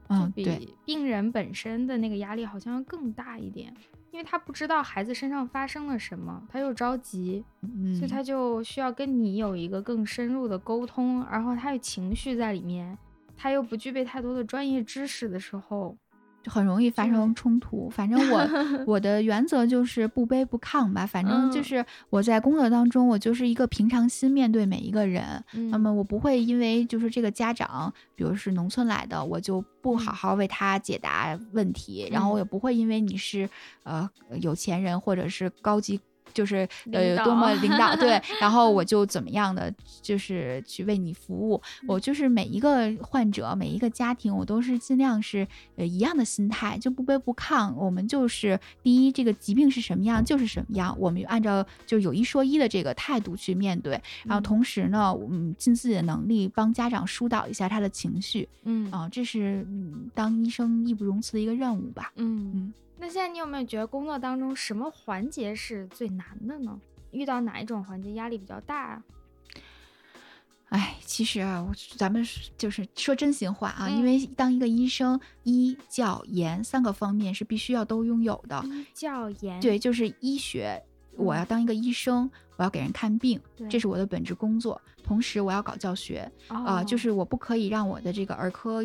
就嗯，对，比病人本身的那个压力好像要更大一点，因为他不知道孩子身上发生了什么，他又着急，嗯，所以他就需要跟你有一个更深入的沟通，然后他有情绪在里面，他又不具备太多的专业知识的时候，就很容易发对生冲突。反正 [laughs] 我我的原则就是不卑不亢吧，反正就嗯是我在工作当中，我就是一个平常心面对每一个人。嗯，那么我不会因为就是这个家长，比如是农村来的，我就不好嗯好为他解答问题，然后我也不会因为你是呃有钱人或者是高级。就是领呃导嗯多么领 [laughs] 导对，然后我就怎么样的，就是去为你服务。嗯我就是每一个患者，每一个家庭，我都是尽量是呃一样的心态，就不卑不亢。我们就是第一，这个疾病是什么样就是什么样，我们按照就有一说一的这个态度去面对。然后嗯同时呢，嗯，尽自己的能力帮家长疏导一下他的情绪嗯啊、这是嗯当医生义不容辞的一个任务吧。嗯嗯那现在你有没有觉得工作当中什么环节是最难的呢？遇到哪一种环节压力比较大啊？哎，其实啊，我咱们是就是说真心话啊，因嗯为当一个医生，医、教、研三个方面是必须要都拥有的。医教研对，就是医学，我要嗯当一个医生，我要给人看病，这对是我的本职工作。同时，我要搞教学，啊、啊就是我不可以让我的这个儿科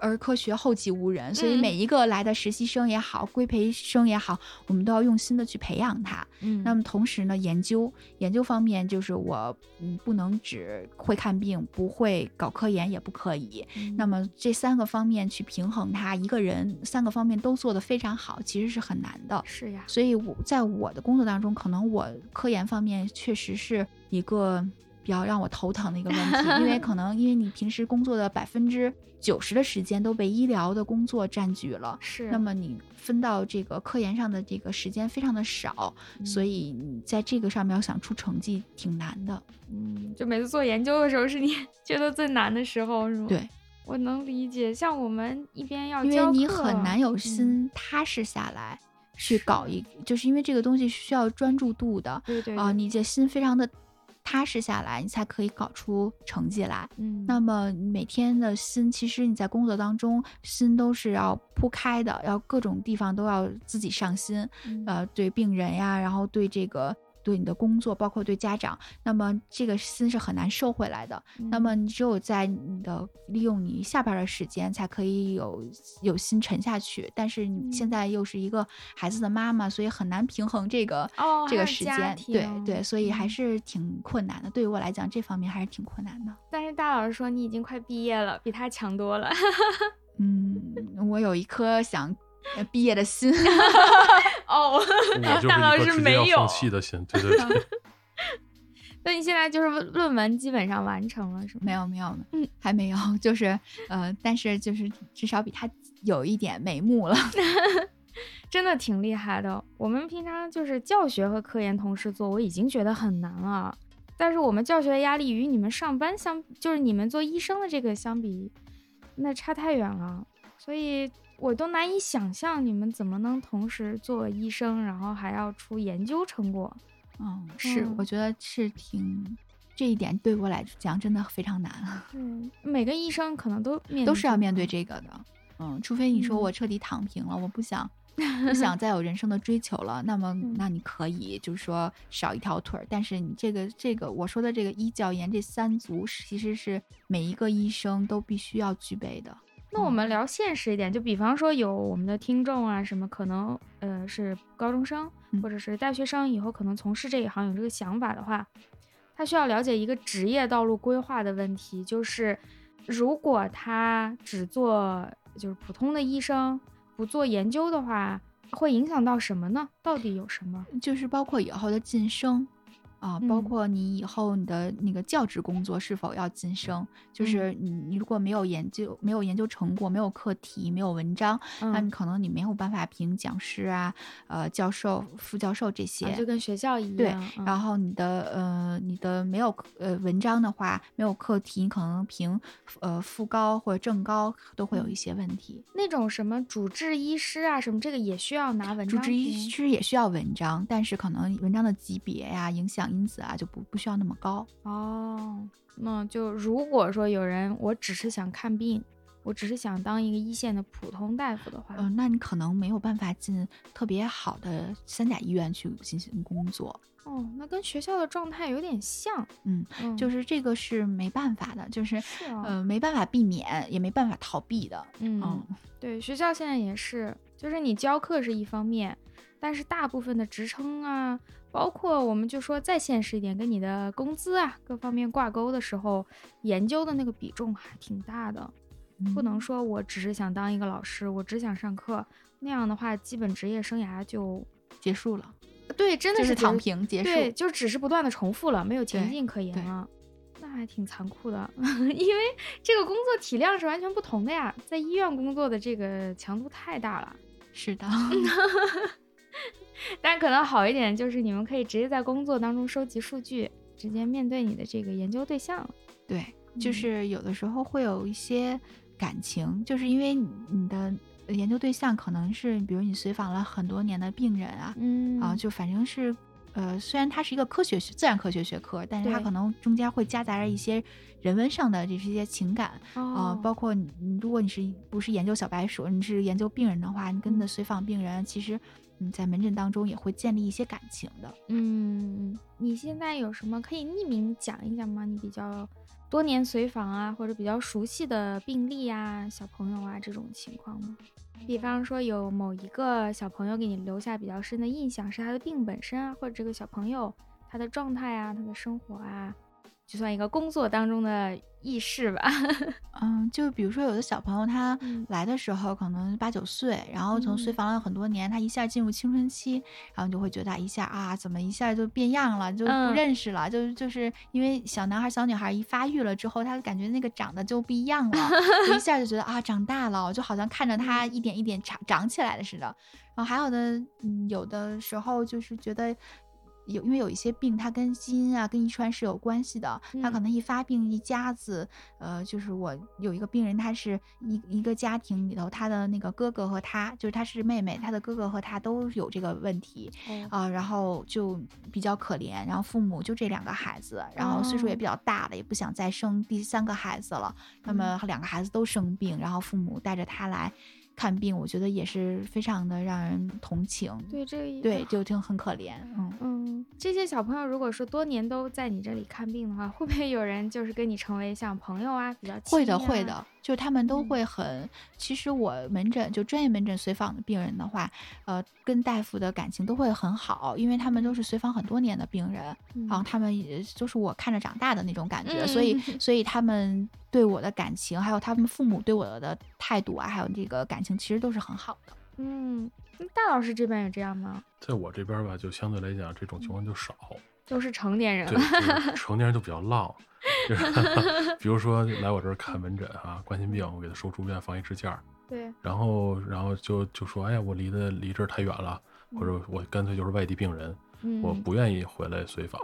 儿科学后继无人，所以嗯每一个来的实习生也好，规培生也好，我们都要用心的去培养他。嗯，那么同时呢，研究研究方面，就是我嗯不能只会看病，不会搞科研也不可以。嗯那么这三个方面去平衡他，一个人三个方面都做得非常好，其实是很难的。是呀，所以我在我的工作当中，可能我科研方面确实是一个比较让我头疼的一个问题， [laughs] 因为可能因为你平时工作的百分之九十的时间都被医疗的工作占据了。是那么你分到这个科研上的这个时间非常的少，所以以你在这个上面要想出成绩挺难的。嗯，就每次做研究的时候是你 [laughs] 觉得最难的时候，是吗？对，我能理解。像我们一边要因教为你课很难有嗯心踏实下来去是搞一，就是因为这个东西是需要专注度的。对对啊、对你这心非常的踏实下来，你才可以搞出成绩来。嗯，那呃么你每天的心，其实你在工作当中，心都是要铺开的，要各种地方都要自己上心，嗯呃，对病人呀，然后对这个。对你的工作，包括对家长，那么这个心是很难收回来的。嗯那么你只有在你的利用你下班的时间，才可以有有心沉下去。但是你嗯现在又是一个孩子的妈妈，所以很难平衡这个、哦还这个有时家间。对庭对，所以还嗯是挺困难的。对于我来讲，这方面还是挺困难的。但是大老师说 [laughs] 你已经快毕业了，比他强多了。嗯，我有一颗想呃毕业 [laughs] 的心。 [laughs] 哦，我就是大老一师个直没接要有放弃的心，对对 [laughs] 对，那你现在就是论论文基本上完成了，是吗？没有没有，嗯还没有，就是呃，但是就是至少比他有一点眉目了。 [laughs] 真的挺厉害的。我们平常就是教学和科研同时做，我已经觉得很难了。但是我们教学的压力与你们上班相，就是你们做医生的这个相比，那差太远了。所以我都难以想象你们怎么能同时做医生，然后还要出研究成果。嗯，是，嗯我觉得是挺这一点对我来讲真的非常难，嗯，每个医生可能都面都是要这个面对这个的。嗯，除非你说我彻底躺平了，我不想不想再有人生的追求了，那么嗯那你可以就是说少一条腿儿，但是你这个这个我说的这个医教研这三足是其实是每一个医生都必须要具备的。那我们聊现实一点，就比方说有我们的听众啊，什么可能呃是高中生嗯或者是大学生，以后可能从事这一行有这个想法的话，他需要了解一个职业道路规划的问题，就是如果他只做就是普通的医生，不做研究的话，会影响到什么呢？到底有什么？啊就是包括以后的晋升啊，包嗯括你以后你的那个教职工作是否要晋升，嗯就是你你如果没有研究没有研究成果，没有课题，没有文章，那你嗯，可能你没有办法评讲师啊、呃教授、副教授这些。啊就跟学校一样，对嗯然后你的呃你的没有呃文章的话，没有课题，你可能评呃副高或者正高都会有嗯一些问题。那种什么主治医师啊，什么这个也需要拿文主章治医评师也需要文章，但是可能文章的级别呀、影响因子啊就不不需要那么高。哦，那就如果说有人，我只是想看病，我只是想当一个一线的普通大夫的话，嗯、那你可能没有办法进特别好的三甲医院去进行工作，哦，那跟学校的状态有点像，嗯，就是是这个是没办法的，就是是啊呃没办法避免，也没办法逃避的，嗯，嗯，对，学校现在也是，就是你教课是一方面，但是大部分的职称啊，包括我们就说再现实一点，跟你的工资啊各方面挂钩的时候，研究的那个比重还挺大的。嗯不能说我只是想当一个老师，我只想上课，那样的话，基本职业生涯就结束了，对，真的就是是只躺，平结束，对，就只是不断的重复了，没有前对进可言对了。那还挺残酷的， [laughs] 因为这个工作体量是完全不同的呀，在医院工作的这个强度太大了。是 [laughs] 的，但可能好一点就是你们可以直接在工作当中收集数据，直接面对你的这个研究对象了。对，就嗯是有的时候会有一些感情，就是因为你你的研究对象可能是，比如你随访了很多年的病人啊，嗯啊，就反正是，呃，虽然它是一个科学学自然科学学科，但是它对可能中间会夹杂着一些人文上的这些情感啊、哦，包括你，你如果你是不是研究小白鼠，你是研究病人的话，你跟嗯的随访病人，其实你在门诊当中也会建立一些感情的。嗯，你现在有什么可以匿名讲一讲吗？你比较多年随访啊，或者比较熟悉的病例啊、小朋友啊这种情况吗？比方说有某一个小朋友给你留下比较深的印象，是他的病本身啊，或者这个小朋友他的状态啊、他的生活啊，就算一个工作当中的轶事 [laughs] 吧。嗯，就比如说有的小朋友他嗯来的时候可能八九岁，然后从随嗯访了很多年，他一下进入青春期，然后你就会觉得一下啊，怎么一下就变样了，就不嗯认识了，就就是因为小男孩小女孩一发育了之后，他感觉那个长得就不一样了，就一下就觉得啊长大了，就好 [laughs] 像嗯看着他一点一点长长起来的似的。然后还有的，嗯，有的时候就是觉得。有，因为有一些病，它跟基因啊、跟遗传是有关系的。他可嗯能一发病一家子，呃，就是我有一个病人，他是一一个家庭里头，他的那个哥哥和他，就是他是妹妹，他的哥哥和他都有这个问题啊、然后就比较可怜，然后父母就这两个孩子，然后岁数也哦比较大了，也不想再生第三个孩子了，那么嗯两个孩子都生病，然后父母带着他来看病，我觉得也是非常的让人同情， [laughs] 对这一对，就挺很可怜，嗯。嗯，这些小朋友如果说多年都在你这里看病的话，会不会有人就是跟你成为像朋友啊，比较亲、啊、会的，会的，就是他们都嗯会很。其实我门诊就专业门诊随访的病人的话，呃，跟大夫的感情都会很好，因为他们都是随访很多年的病人，嗯，然后他们也就是我看着长大的那种感觉，所以所以他们对我的感情，还有他们父母对我的态度啊，还有这个感情，其实都是很好的。嗯，那大老师这边有这样吗？在我这边吧，就相对来讲这种情况 [laughs] 就少，都是成年人对，了， [laughs] 就是成年人就比较浪。 [laughs] 就是比如说来我这儿看门诊啊，冠心病，我给他收住院放一支架儿，对，然后然后就就说，哎呀，我离得离这儿太远了，或者我干脆就是外地病人，嗯，我不愿意回来随访。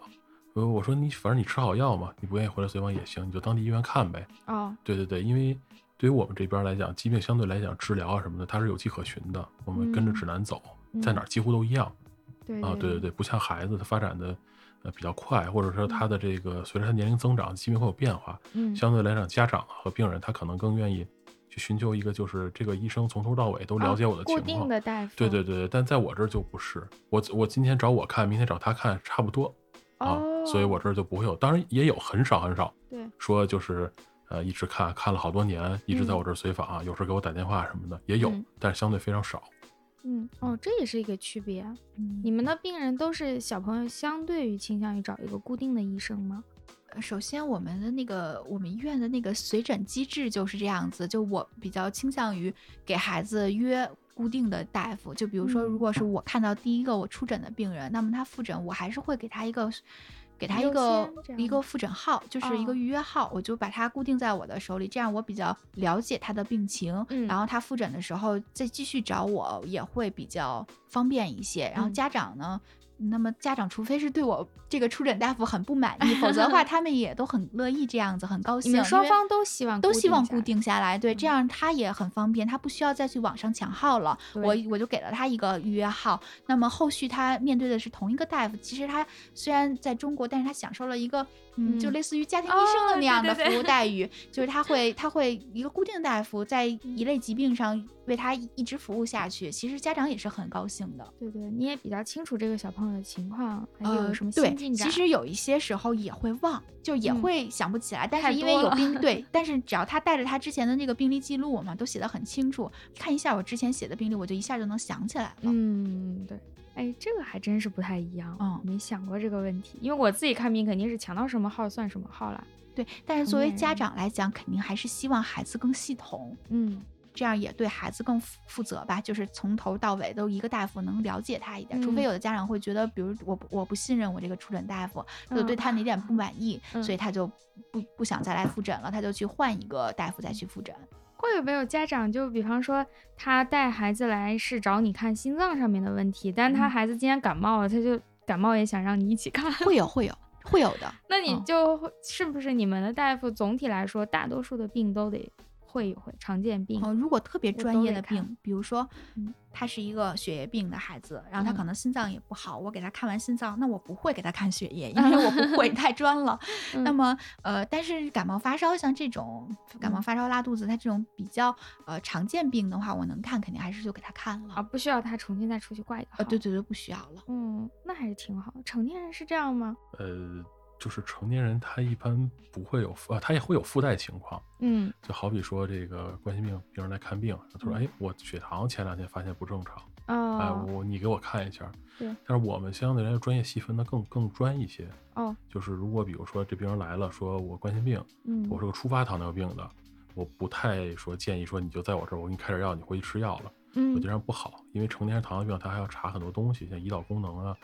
我我说你反正你吃好药嘛，你不愿意回来随访也行，你就当地医院看呗。哦，对对对，因为对于我们这边来讲，疾病相对来讲治疗啊什么的，它是有迹可循的，我们跟着指南走，在哪儿几乎都一样、对啊。对对对，不像孩子，他发展的呃比较快，或者说他的这个随着他年龄增长，疾病会有变化。嗯，相对来讲，家长和病人他可能更愿意去寻求一个，就是这个医生从头到尾都了解我的哦固情定况。的嗯大夫，对对对对，但在我这儿就不是，我我今天找我看，明天找他看，差不多啊，哦，所以我这儿就不会有，当然也有很少很少，对，说就是呃一直看看了好多年，一直在嗯我这儿随访、啊有时候给我打电话什么的也有，嗯但是相对非常少。嗯，哦，这也是一个区别。嗯你们的病人都是小朋友，相对于倾向于找一个固定的医生吗？呃首先，我们的那个我们医院的那个随诊机制就是这样子，就我比较倾向于给孩子约固定的大夫，就比如说，嗯如果是我看到第一个我出诊的病人，那么他复诊，我还是会给他一个。给他一优个先这样一吗个复诊号，就是一哦个预约号，我就把它固定在我的手里，这样我比较了解他的病情，嗯然后他复诊的时候再继续找我也会比较方便一些。然后嗯家长呢，那么家长除非是对我这个出诊大夫很不满意，否 [laughs] 则的话他们也都很乐意这样子，很高你兴。们双因为方都希望都希望下固来，定下来，对，嗯这样他也很方便，他不需要再去网上抢号了。我对我就给了他一个预约号，那么后续他面对的是同一个大夫。其实他虽然在中国，但是他享受了一个嗯，就嗯类似于家庭医生哦的那对样对的对服务 [laughs] 待遇，就是他会他会一个固定大夫在一类疾病上为他一直服务下去。其实家长也是很高兴的。对对，你也比较清楚这个小朋友的情况，还有呃，什么对新进展。其实有一些时候也会忘，就也嗯会想不起来，但太是因为多有了病 [laughs] 对，但是只要他带着他之前的那个病历记录嘛，都写的很清楚，看一下我之前写的病历，我就一下就能想起来了。嗯，对，哎，这个还真是不太一样，嗯没想过这个问题，因为我自己看病肯定是抢到什么号算什么号啦，对，但是成作为年家人长来讲，肯定还是希望孩子更系统，嗯这样也对孩子更负负责吧。就是从头到尾都一个大夫能了解他一点，除非嗯有的家长会觉得，比如我不我不信任我这个出诊大夫，就嗯对他哪点 [laughs] 不满意，所以嗯他就不不想再来复诊了，他就去换一个大夫再去复诊。会有没有家长就比方说他带孩子来是找你看心脏上面的问题，但他嗯孩子今天感冒了，他就感冒也想让你一起看， [laughs] 会有会有会有的，那你哦嗯就会是不是你们的大夫总体来说，大多数的病都得会一会常见病，哦，如果特别嗯我专都业得的看病，比如说嗯他是一个血液病的孩子，然后他可嗯能心脏也不好，我给他看完心脏，那我不会给他看血液，因为我 [laughs] 不会太专了。那嗯么呃，但是感冒发烧像这种感冒嗯发烧拉肚子，他这种比较呃常见病的话，我能看肯定还是就给他看了。啊不需要他重新再出去挂一个号，呃，啊对，对对，不需要了。嗯，那还是挺好，成年人是这样吗？呃，就是成年人他一般不会有呃，他也会有附带情况，嗯就好比说这个冠心病病人来看病，他说嗯哎我血糖前两天发现不正常，哎哦我你给我看一下。对但是我们相对来说专业细分的更更专一些，哦就是如果比如说这病人来了，说我冠心病，嗯，我是个初发糖尿病的，我不太说建议说你就在我这儿，我给你开点药，你回去吃药了，我嗯觉得这样不好，因为成年人糖尿病他还要查很多东西，像胰岛功能啊，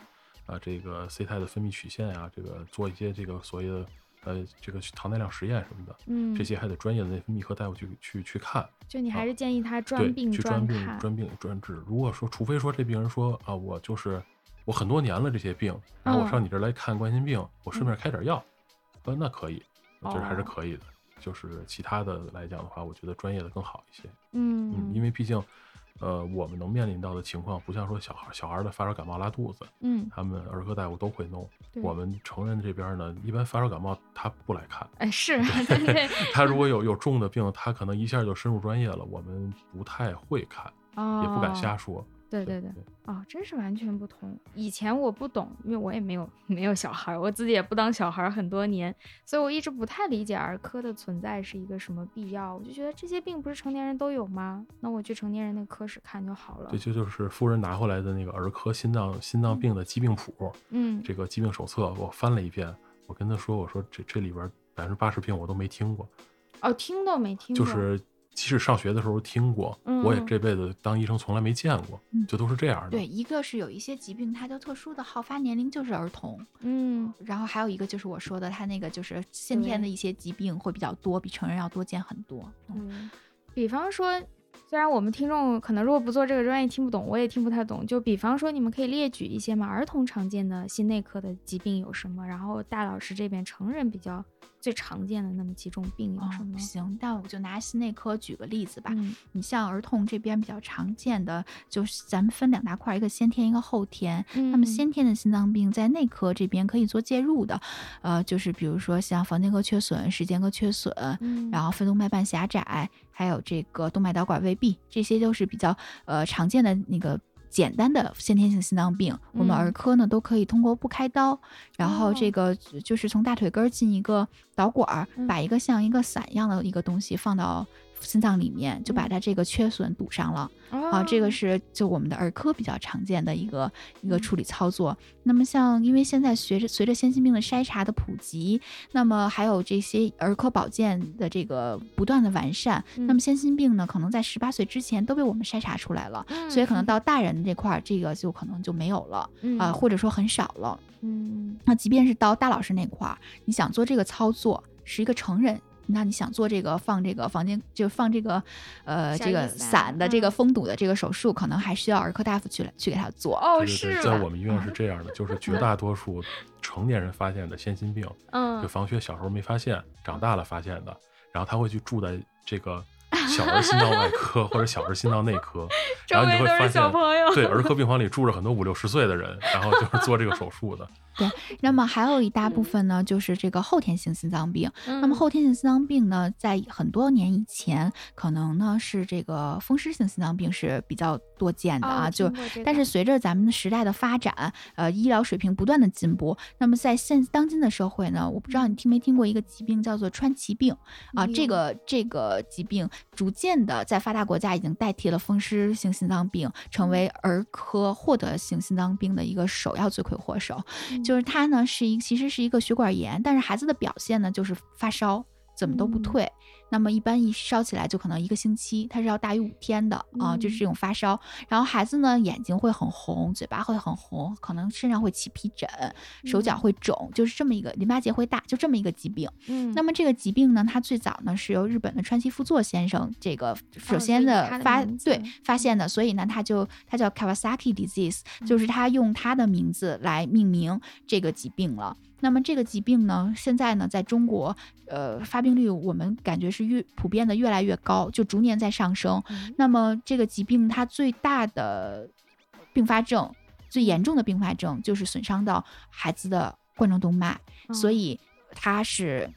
啊这个 C 肽的分泌曲线啊，这个做一些这个所谓的呃这个糖耐量实验什么的，嗯这些还得专业的内分泌科大夫去去去看，就你还啊是建议他对专，病去专病看，专病专治。如果说，除非说这病人说啊，我就是我很多年了这些病，然后我嗯上你这儿来看冠心病，我顺便开点药，呃，那可以，我觉得还是哦可以的。就是其他的来讲的话，我觉得专业的更好一些。嗯嗯，因为毕竟，呃，我们能面临到的情况不像说小孩小孩的发烧感冒拉肚子，嗯他们儿科大夫都会弄。对我们成人这边呢，一般发烧感冒他不来看。哎是对 [laughs] 对他如果有有重的病，他可能一下就深入专业了，我们不太会看，也不敢哦瞎说。对对对哦，真是完全不同。以前我不懂，因为我也没有没有小孩儿，我自己也不当小孩儿很多年，所以我一直不太理解儿科的存在是一个什么必要。我就觉得这些病不是成年人都有吗？那我去成年人那科室看就好了对，。这就是夫人拿回来的那个儿科心脏心脏病的疾病谱，嗯，这个疾病手册我翻了一遍，我跟他说，我说这这里边百分之八十病我都没听过，哦，听都没听就过。嗯是即使上学的时候听过，我也这辈子当医生从来没见过，嗯就都是这样的。对，一个是有一些疾病，它就特殊的好发年龄就是儿童，嗯然后还有一个就是我说的，它那个就是先天的一些疾病会比较多，比成人要多见很多。嗯嗯比方说，虽然我们听众可能如果不做这个专业听不懂，我也听不太懂。就比方说，你们可以列举一些嘛，儿童常见的心内科的疾病有什么？然后大老师这边成人比较最常见的那么几种病有什么嗯，？行，那我就拿心内科举个例子吧。嗯你像儿童这边比较常见的，就是咱们分两大块儿，一个先天，一个后天。那么嗯先天的心脏病在内科这边可以做介入的，呃，就是比如说像房间隔缺损、室间隔缺损，嗯，然后肺动脉瓣狭窄，还有这个动脉导管未闭，这些都是比较呃常见的那个。简单的先天性心脏病，我嗯们儿科呢都可以通过不开刀，然后哦这个就是从大腿根儿进一个导管儿，嗯把一个像一个伞一样的一个东西放到心脏里面，就嗯把它这个缺损堵上了。哦啊，这个是就我们的儿科比较常见的一个一个嗯处理操作。那么像因为现在随着随着先进病的筛查的普及，那么还有这些儿科保健的这个不断的完善，那嗯么先进病呢，可能在十八岁之前都被我们筛查出来了，嗯所以可能到大人这块儿，这个就可能就没有了嗯啊、或者说很少了。嗯那即便是到大老师那块儿，你想做这个操作，是一个成人，那你想做这个放这个房间就放这个，呃，小这个雨伞伞的这个嗯封堵的这个手术，可能还需要儿科大夫去来去给他做。哦对对是对，在我们医院是这样的，就是绝大多数成年人发现的先心病，就 [laughs] 嗯房缺小时候没发现，长大了发现的，然后他会去住在这个小儿心脏外科或者小儿心脏内 [laughs] 科，周然后你围就会都发是小现。朋友，对，儿科病房里住着很多五六十岁的人，然后就是做这个手术的。那么还有一大嗯部分呢，就是这个后天性心脏病。那那么后天性心脏病呢，在很多年以前，可能呢是这个风湿性心脏病是比较多见的哦嗯啊，就但是随着咱们的时代的发展，呃，医疗水平不断的进步，那么在现当今的社会呢，我不知道你听没听过一个疾病叫做川崎病啊、没这有个这个疾病逐渐的在发达国家已经代替了风湿性心脏病，成为儿科获得性心脏病的一个首要罪魁祸首。就是它呢是一其实是一个血管炎，但是孩子的表现呢就是发烧，怎么都不嗯退。那么一般一烧起来就可能一个星期，它是要大于五天的啊，就是这种发烧。然后孩子呢眼睛会很红，嘴巴会很红，可能身上会起皮疹，手脚会肿，就是这么一个淋巴结会大，就这么一个疾病。嗯那么这个疾病呢，它最早呢是由日本的川崎富作先生这个首先哦就以他的发、名字嗯对发现的，所以呢，它就它叫 Kawasaki disease，就是他用他的名字来命名这个疾病了。那么这个疾病呢，现在呢，在中国，呃，发病率我们感觉是越普遍的越来越高，就逐年在上升。嗯那么这个疾病它最大的并发症，最严重的并发症就是损伤到孩子的冠状动脉，嗯所以它是。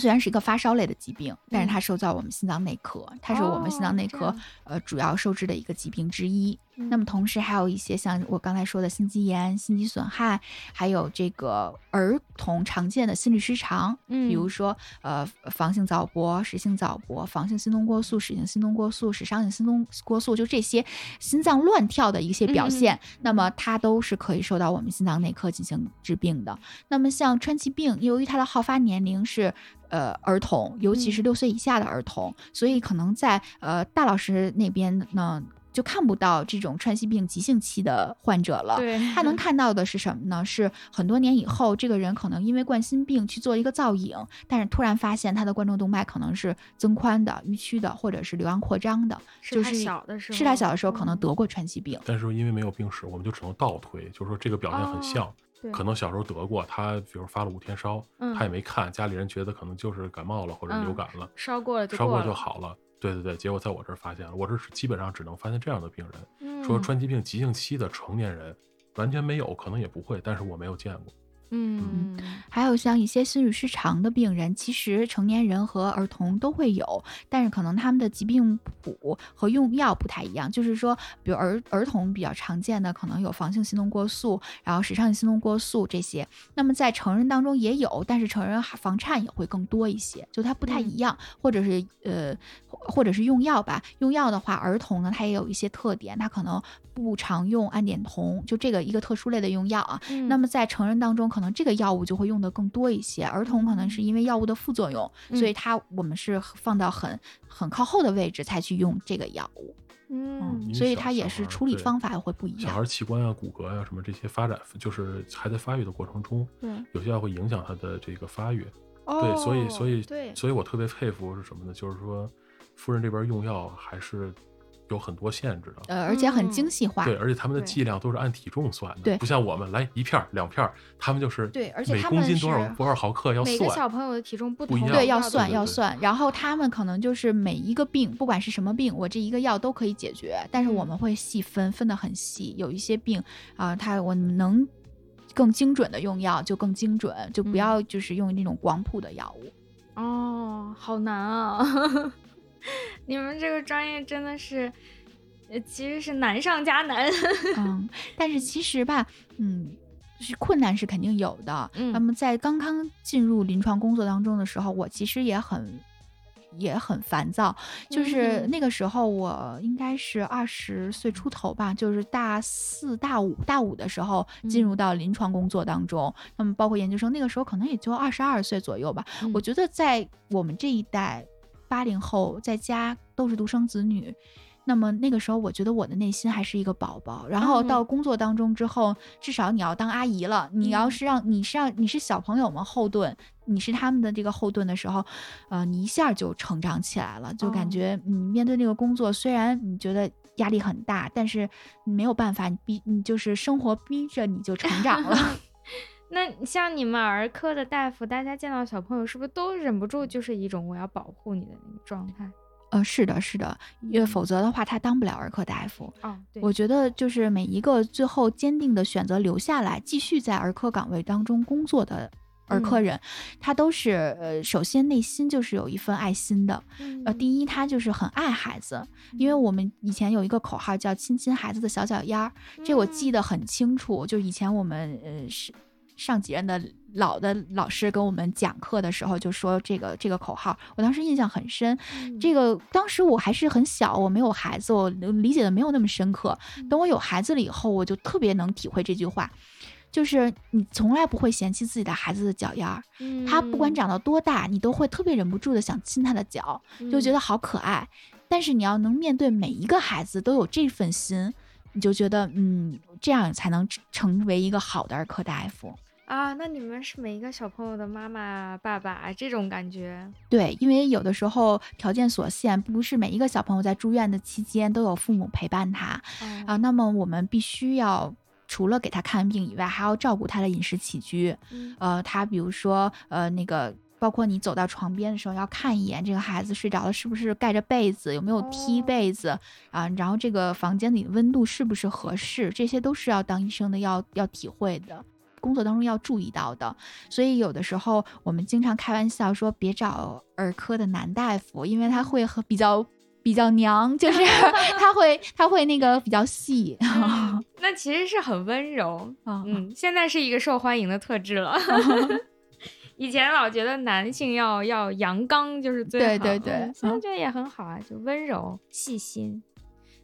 虽然是一个发烧类的疾病，但是它受到我们心脏内科，它是我们嗯心哦脏内这科、样呃主要受治的一个疾病之一。嗯那么同时还有一些像我刚才说的心肌炎、心肌损害，还有这个儿童常见的心律失常，比如嗯说呃房性早搏、室性早搏、房性心动过速、室性心动过速、室上性心动过速，就这些心脏乱跳的一些嗯表现，那么它都是可以受到我们心脏内科进行治病的。那么像川崎病，由于它的好发年龄是。呃，儿童，尤其嗯是六岁以下的儿童，所以可能在呃大老师那边呢，就看不到这种川崎病急性期的患者了。对嗯他能看到的是什么呢？是很多年以后，这个人可能因为冠心病去做一个造影，但是突然发现他的冠状动脉可能是增宽的、淤曲的，或者是瘤样扩张的，就他是小的时候是他小的时候可能嗯得过川崎病。但是因为没有病史，我们就只能倒推，就是说这个表现哦很像，对可能小时候得过，他比如发了五天烧，嗯他也没看，家里人觉得可能就是感冒了或者流嗯感了，烧过了就烧过过了就，好了。对对对，结果在我这儿发现了，我这是基本上只能发现这样的病人。嗯说川崎病急性期的成年人完全没有，可能也不会，但是我没有见过。嗯还有像一些心律失常的病人，其实成年人和儿童都会有，但是可能他们的疾病谱和用药不太一样。就是说，比如儿儿童比较常见的可能有房性心动过速，然后室上性心动过速这些。那么在成人当中也有，但是成人还房颤也会更多一些，就它不太一样，或者是呃，或或者是用药吧。用药的话，儿童呢他也有一些特点，嗯嗯他可能不常用氨碘酮，就这个一个特殊类的用药啊。那么在成人当中，可可能这个药物就会用的更多一些。儿童可嗯能是因为药物的副作用，所以它我们是放到很很靠后的位置才去用这个药物。嗯因为所以小它也小是孩儿处理对方法会不一小样孩儿器官啊、骨骼呀、什么这些发展，就是还在发育的过程中，对，有些药会影响他的这个发育。嗯哦对，所以所以对所以我特别佩服是什么呢？就是说，夫人这边用药还是有很多限制的。呃，而且很嗯精细化。对，而且他们的对剂量都是按体重算的，对不像我们来一片儿两片儿，他们就是对而且每他公们斤多少是多少毫克要每个小算，朋友的体重不不同一，样对，要要算对要对算，然后他们可能就是每一个病，不管是什么病，我这一个药都可以解决，但是我嗯们会细分，分得很细。有一些病啊、它我能更精准的用药就更精准，就嗯不要就是用那种广谱的药物。哦，好难啊！ [laughs] 你们这个专业真的是，呃，其实是难上加难。 [laughs] 嗯，但是其实吧，嗯。是困难是肯定有的。嗯那么在刚刚进入临床工作当中的时候，我其实也很也很烦躁，就是嗯那个时候我应该是二十岁出头吧，就是大四、大五、大五的时候进嗯入到临床工作当中。那么包括研究生，那个时候可能也就二十二岁左右吧。嗯我觉得在我们这一代八零后，在家都是独生子女。那么那个时候，我觉得我的内心还是一个宝宝。然后嗯到工作当中之后，至少你要当阿姨了。你要嗯是让你是让你是小朋友们后盾，你是他们的这个后盾的时候，呃，你一下就成长起来了，就哦感觉你面对那个工作，虽然你觉得压力很大，但是你没有办法，你逼你就是生活逼着你就成长 [laughs] 了。那像你们儿科的大夫，大家见到小朋友是不是都忍不住就是一种我要保护你的那个状态？呃，是的，是的，嗯因为否则的话，他当不了儿科大夫。哦，对，我觉得就是每一个最后坚定的选择留下来，继续在儿科岗位当中工作的儿科人，他都是呃，首先内心就是有一份爱心的。呃，一，第一，他就是很爱孩子，因为我们以前有一个口号叫“亲亲孩子的小脚丫儿”，这嗯我记得很清楚。就以前我们呃是上几任的老的老师跟我们讲课的时候就说这个这个口号，我当时印象很深。嗯这个当时我还是很小，我没有孩子，我呃理解的没有那么深刻。等我有孩子了以后，我就特别能体会这句话，就是你从来不会嫌弃自己的孩子的脚丫儿，嗯他不管，长到多大，你都会特别忍不住的想亲他的脚，就觉得得好可爱。但是你要能面对每一个孩子都有这份心，你就觉得嗯，这样才能成成为一个好的儿科大夫。啊，那你们是每一个小朋友的妈妈、爸爸这种感觉，对，因为有的时候条件所限，不是每一个小朋友在住院的期间都有父母陪伴他，哦啊，那么我们必须要除了给他看病以外，还要照顾他的饮食起居。嗯呃，他比如说呃那个。包括你走到床边的时候，要看一眼这个孩子睡着了是不是盖着被子，有没有踢哦被子啊、然后这个房间里的温度是不是合适，这些都是要当医生的要要体会的，工作当中要注意到的。所以有的时候我们经常开玩笑说，别找儿科的男大夫，因为他会和比较比较娘，就是 [laughs] 他会他会那个比较细。 [laughs] 嗯那其实是很温柔，啊嗯，现在是一个受欢迎的特质 [laughs] 了。以前老觉得男性要要阳刚就是最好，对对对嗯现在觉得也很好啊，就温柔细心。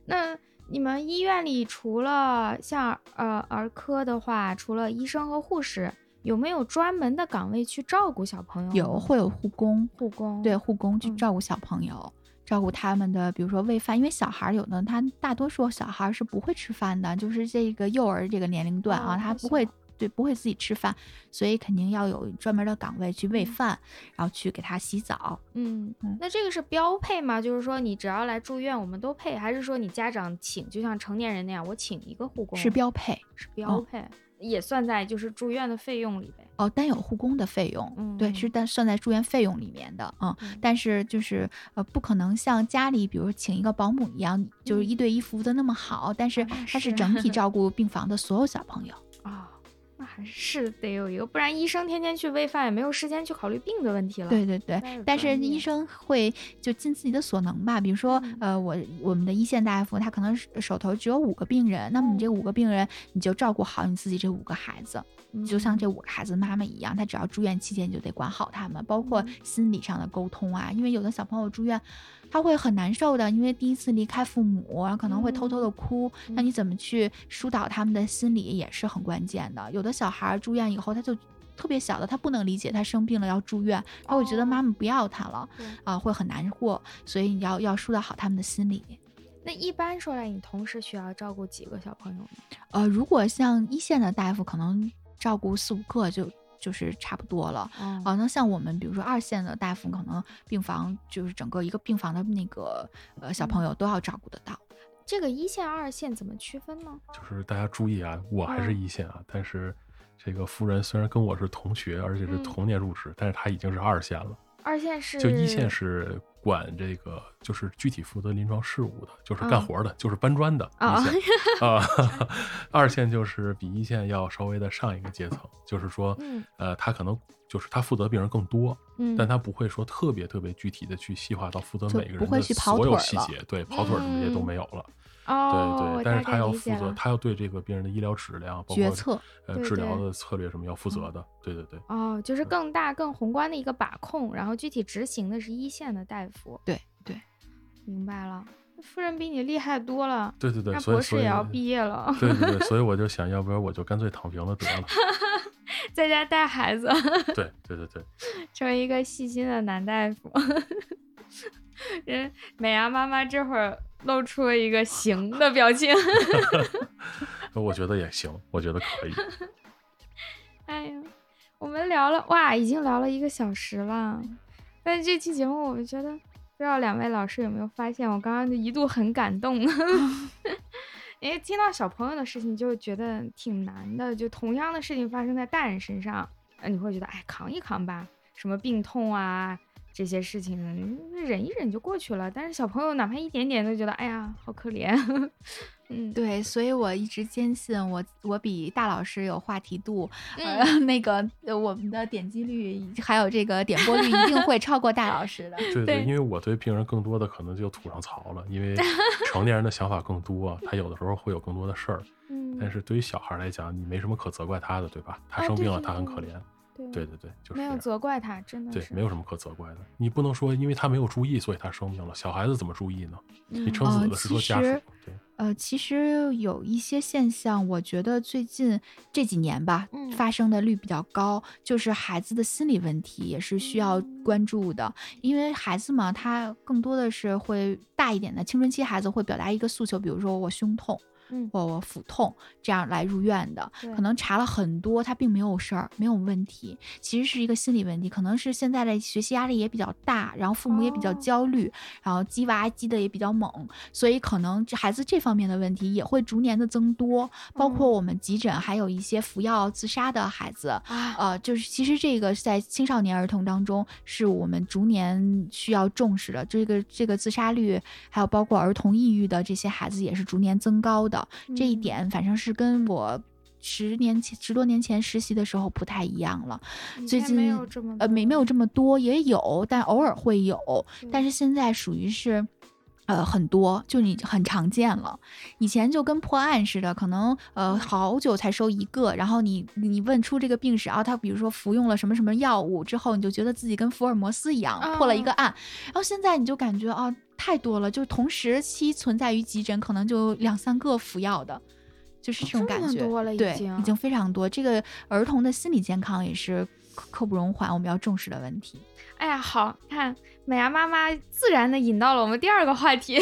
那你们医院里除了像呃儿科的话，除了医生和护士，有没有专门的岗位去照顾小朋友呢？有会有护工，护工，对护工去嗯照顾小朋友，照顾他们的，比如说喂饭，因为小孩儿有的他大多数小孩儿是不会吃饭的，就是这个幼儿这个年龄段哦啊，太他不会小。对，不会自己吃饭，所以肯定要有专门的岗位去喂饭，然后去给他洗澡。嗯嗯，那这个是标配吗？就是说你只要来住院，我们都配，还是说你家长请，就像成年人那样，我请一个护工是哦标配是标配，也算在就是住院的费用里呗。哦，单有护工的费用，对，是嗯单算在住院费用里面的，嗯，嗯但是就是呃，不可能像家里，比如请一个保姆一样，就是嗯一对一服务的那么好，但是那它是是整 [laughs] 体照顾病房的所有小朋友。啊、那还是得有一个，不然医生天天去喂饭，也没有时间去考虑病的问题了。对对对，那但是专医业生会就尽自己的所能吧，比如说嗯呃，我我们的一线大夫他可能手手头只有五个病人，那么你这五个病人你就照顾好你自己这五个孩子，就像这五个孩子的妈妈一样，她只要住院期间你就得管好他们，包括心理上的沟通啊，因为有的小朋友住院，他会很难受的，因为第一次离开父母，然后可能会偷偷的哭，那你怎么去疏导他们的心理也是很关键的。有的小孩住院以后，他就。特别小的，他不能理解，他生病了要住院，他哦会觉得妈妈不要他了，啊、对会很难过，所以你要要疏导好他们的心理。那一般说来，你同时需要照顾几个小朋友呢？呃，如果像一线的大夫，可能照顾四五个就就是差不多了。哦啊，那像我们比如说二线的大夫，可能病房就是整个一个病房的那个呃小朋友都要照顾得到。这个一线、二线怎么区分呢？就是大家注意啊，我还嗯是一线啊，但是这个夫人虽然跟我是同学，而且是嗯同年入职，但是她已经是二线了。二线是就一线是管这个，就是具体负责临床事务的，就是啊干嗯活的，就是搬砖的。哦啊 [laughs] 一线啊，二线就是比一线要稍微的上一个阶层，就是说嗯，呃，他可能就是他负责病人更多，嗯，但他不会说特别特别具体的去细化到负责就每个不人会的去跑所有腿儿细了节，对，跑腿儿什么这些都嗯没有了。哦，对我对，但大是他概要理负解责，了他要对这个病人的医疗质量，包括决策，呃对治疗对嗯的策略什么要负责的。对对对，哦，就是更大、更宏观的一个把控，然后具体执行的是一线的大夫。对对，明白了，夫人比你厉害多了，对对对，那所以博士所以也要毕业了，对 [laughs] 对对，所以我就想要不然我就干脆躺平了得了。在家带孩子， [laughs] 对对对对，成为一个细心的男大夫。 [laughs] 人美牙妈妈这会儿露出了一个行的表情。我觉得也行，我觉得 [laughs] 可以。哎呀，我们聊了哇，已经聊了一个小时了。但是这期节目，我觉得不知道两位老师有没有发现，我刚刚就一度很感动， [laughs] 因为听到小朋友的事情，就会觉得挺难的。就同样的事情发生在大人身上，呃，你会觉得哎，扛一扛吧，什么病痛啊这些事情，嗯忍一忍就过去了。但是小朋友哪怕一点点都觉得，哎呀，好可怜。嗯，对，所以我一直坚信我我比大老师有话题度，嗯呃， [laughs] 那个呃我们的点击率还有这个点播率一定会超过大老 [laughs] 师的。对对因为我对病人更多的可能就吐上槽了，[laughs] 因为成年人的想法更多，啊他有的时候会有更多的事儿。 [laughs] 嗯但是对于小孩来讲，你没什么可责怪他的，对吧？他啊生对病了，对他很对可怜。对对对对，就嗯没是这有样责怪他，嗯真的对，是没有什么可责怪的。你不能说因为他没有注意，所以他生病了。小孩子怎么注意呢？嗯你撑哦死了是其说家属实，对，呃，其实有一些现象，我觉得最近这几年吧，嗯发生的率比较高，就是孩子的心理问题也是需要嗯关注的。因为孩子嘛，他更多的是会大一点的青春期孩子会表达一个诉求，比如说我胸痛，嗯我我腹痛，这样来入院的。对可能查了很多，他并没有事儿，没有问题，其实是一个心理问题，可能是现在的学习压力也比较大，然后父母也比较哦焦虑，然后鸡娃鸡的也比较猛，所以可能这孩子这方面的问题也会逐年的增多，包括哦我们急诊还有一些服药自杀的孩子，啊，呃，就是其实这个在青少年儿童当中，是我们逐年需要重视的。这个这个自杀率，还有包括儿童抑郁的这些孩子，也是逐年增高的。这一嗯点，反正是跟我十年前、十多年前实习的时候不太一样了。以最前没有近这么呃，没没有多这么多，也有，但偶尔会有。但对是现在属于是。呃，很多就你很常见了，以前就跟破案似的，可能嗯呃好久才收一个，然后你你问出这个病史啊，他比如说服用了什么什么药物之后，你就觉得自己跟福尔摩斯一样破了一个嗯案，然后现在你就感觉啊太多了，就是同时期存在于急诊可能就两三个服药的，就是这种感哦这么觉，多了已对，经已经非常多。这个儿童的心理健康也是刻刻不容缓，我们要重视的问题。哎呀，好看美牙妈妈自然的引到了我们第二个话题，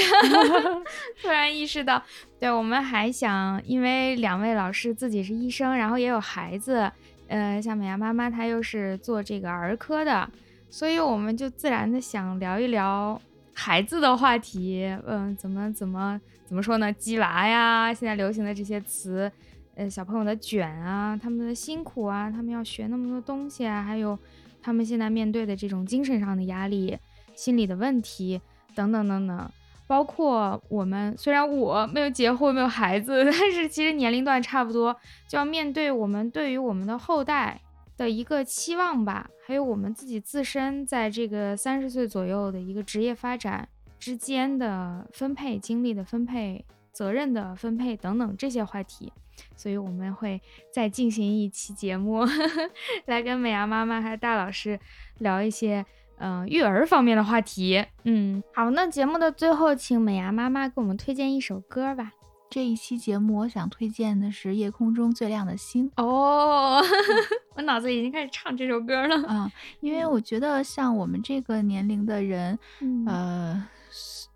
突然意识到，对我们还想，因为两位老师自己是医生，然后也有孩子，呃，像美牙妈妈她又是做这个儿科的，所以我们就自然的想聊一聊孩子的话题，嗯，怎么怎么怎么说呢？鸡娃呀，现在流行的这些词，呃，小朋友的卷啊，他们的辛苦啊，他们要学那么多东西啊，还有他们现在面对的这种精神上的压力、心理的问题等等等等。包括我们，虽然我没有结婚、没有孩子，但是其实年龄段差不多，就要面对我们对于我们的后代的一个期望吧，还有我们自己自身在这个三十岁左右的一个职业发展之间的分配、精力的分配责任的分配等等这些话题。所以我们会再进行一期节目， [laughs] 来跟美牙妈妈还有大老师聊一些呃育儿方面的话题。嗯，好，那节目的最后，请美牙妈妈给我们推荐一首歌吧。这一期节目，我想推荐的是《夜空中最亮的星》。哦， [laughs] 我脑子已经开始唱这首歌了。嗯，因为我觉得像我们这个年龄的人，嗯呃，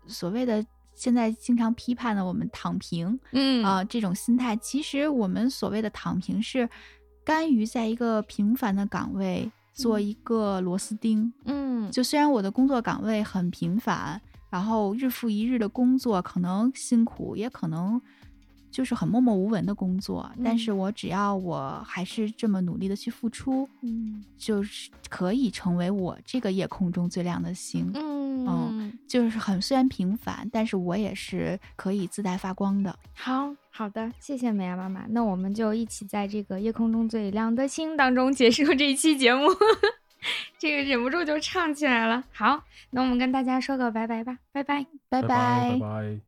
所谓的现在经常批判的我们躺平嗯啊、这种心态，其实我们所谓的躺平是甘于在一个平凡的岗位做一个螺丝钉。嗯就虽然我的工作岗位很平凡，然后日复一日的工作，可能辛苦，也可能就是很默默无闻的工作，但是我只要我还是这么努力的去付出，嗯就是可以成为我这个夜空中最亮的星。嗯，就是很虽然平凡，但是我也是可以自带发光的。好好的，谢谢美牙妈妈。那我们就一起在这个夜空中最亮的星当中结束这一期节目。 [laughs] 这个忍不住就唱起来了。好，那我们跟大家说个拜拜吧，拜拜。拜拜拜拜拜。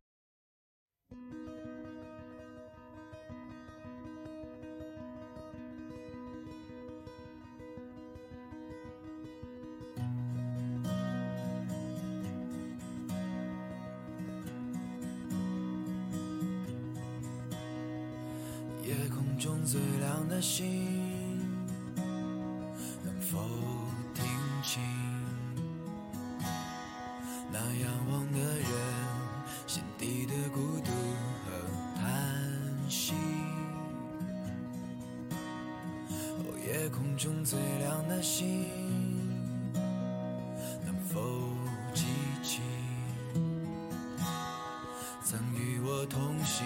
夜空中最亮的星，能否听清？那仰望的人心底的孤独和叹息。哦，夜空中最亮的星，能否记起？曾与我同行，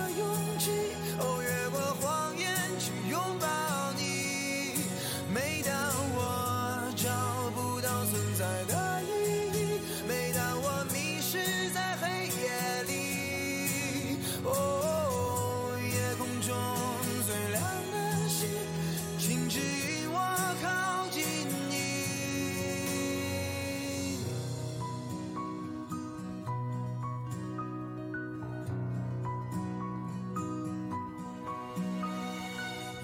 勇气。哦，越过谎言去拥抱你。每当我找不到存在的意义，每当我迷失在黑夜里，哦，夜空中最亮的星，请指引我靠近你。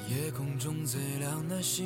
夜空中最亮的星，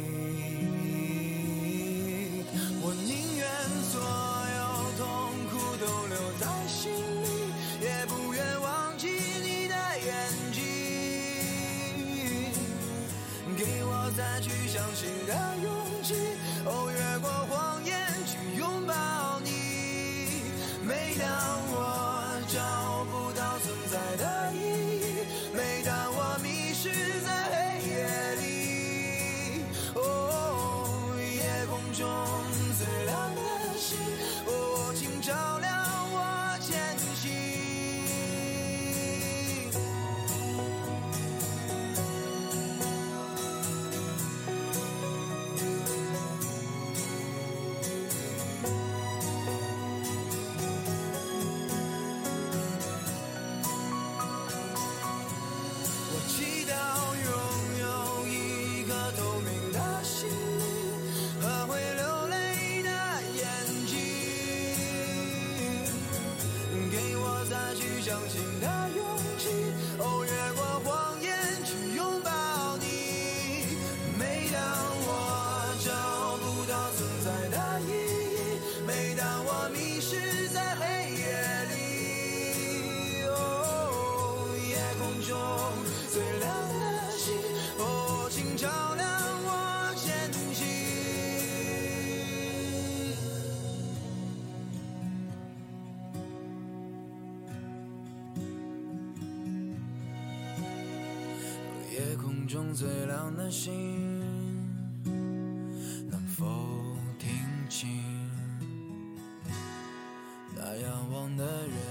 我宁愿所有痛苦都留在心里，也不愿忘记你的眼睛。给我再去相信的勇气。哦，越过谎言去拥抱你。每当我找不到存在的意义，每当我迷失在黑夜里，哦，夜空中最亮的星，哦，请照亮我前行。哦哦夜空中最亮的星，能否听清那仰望的人？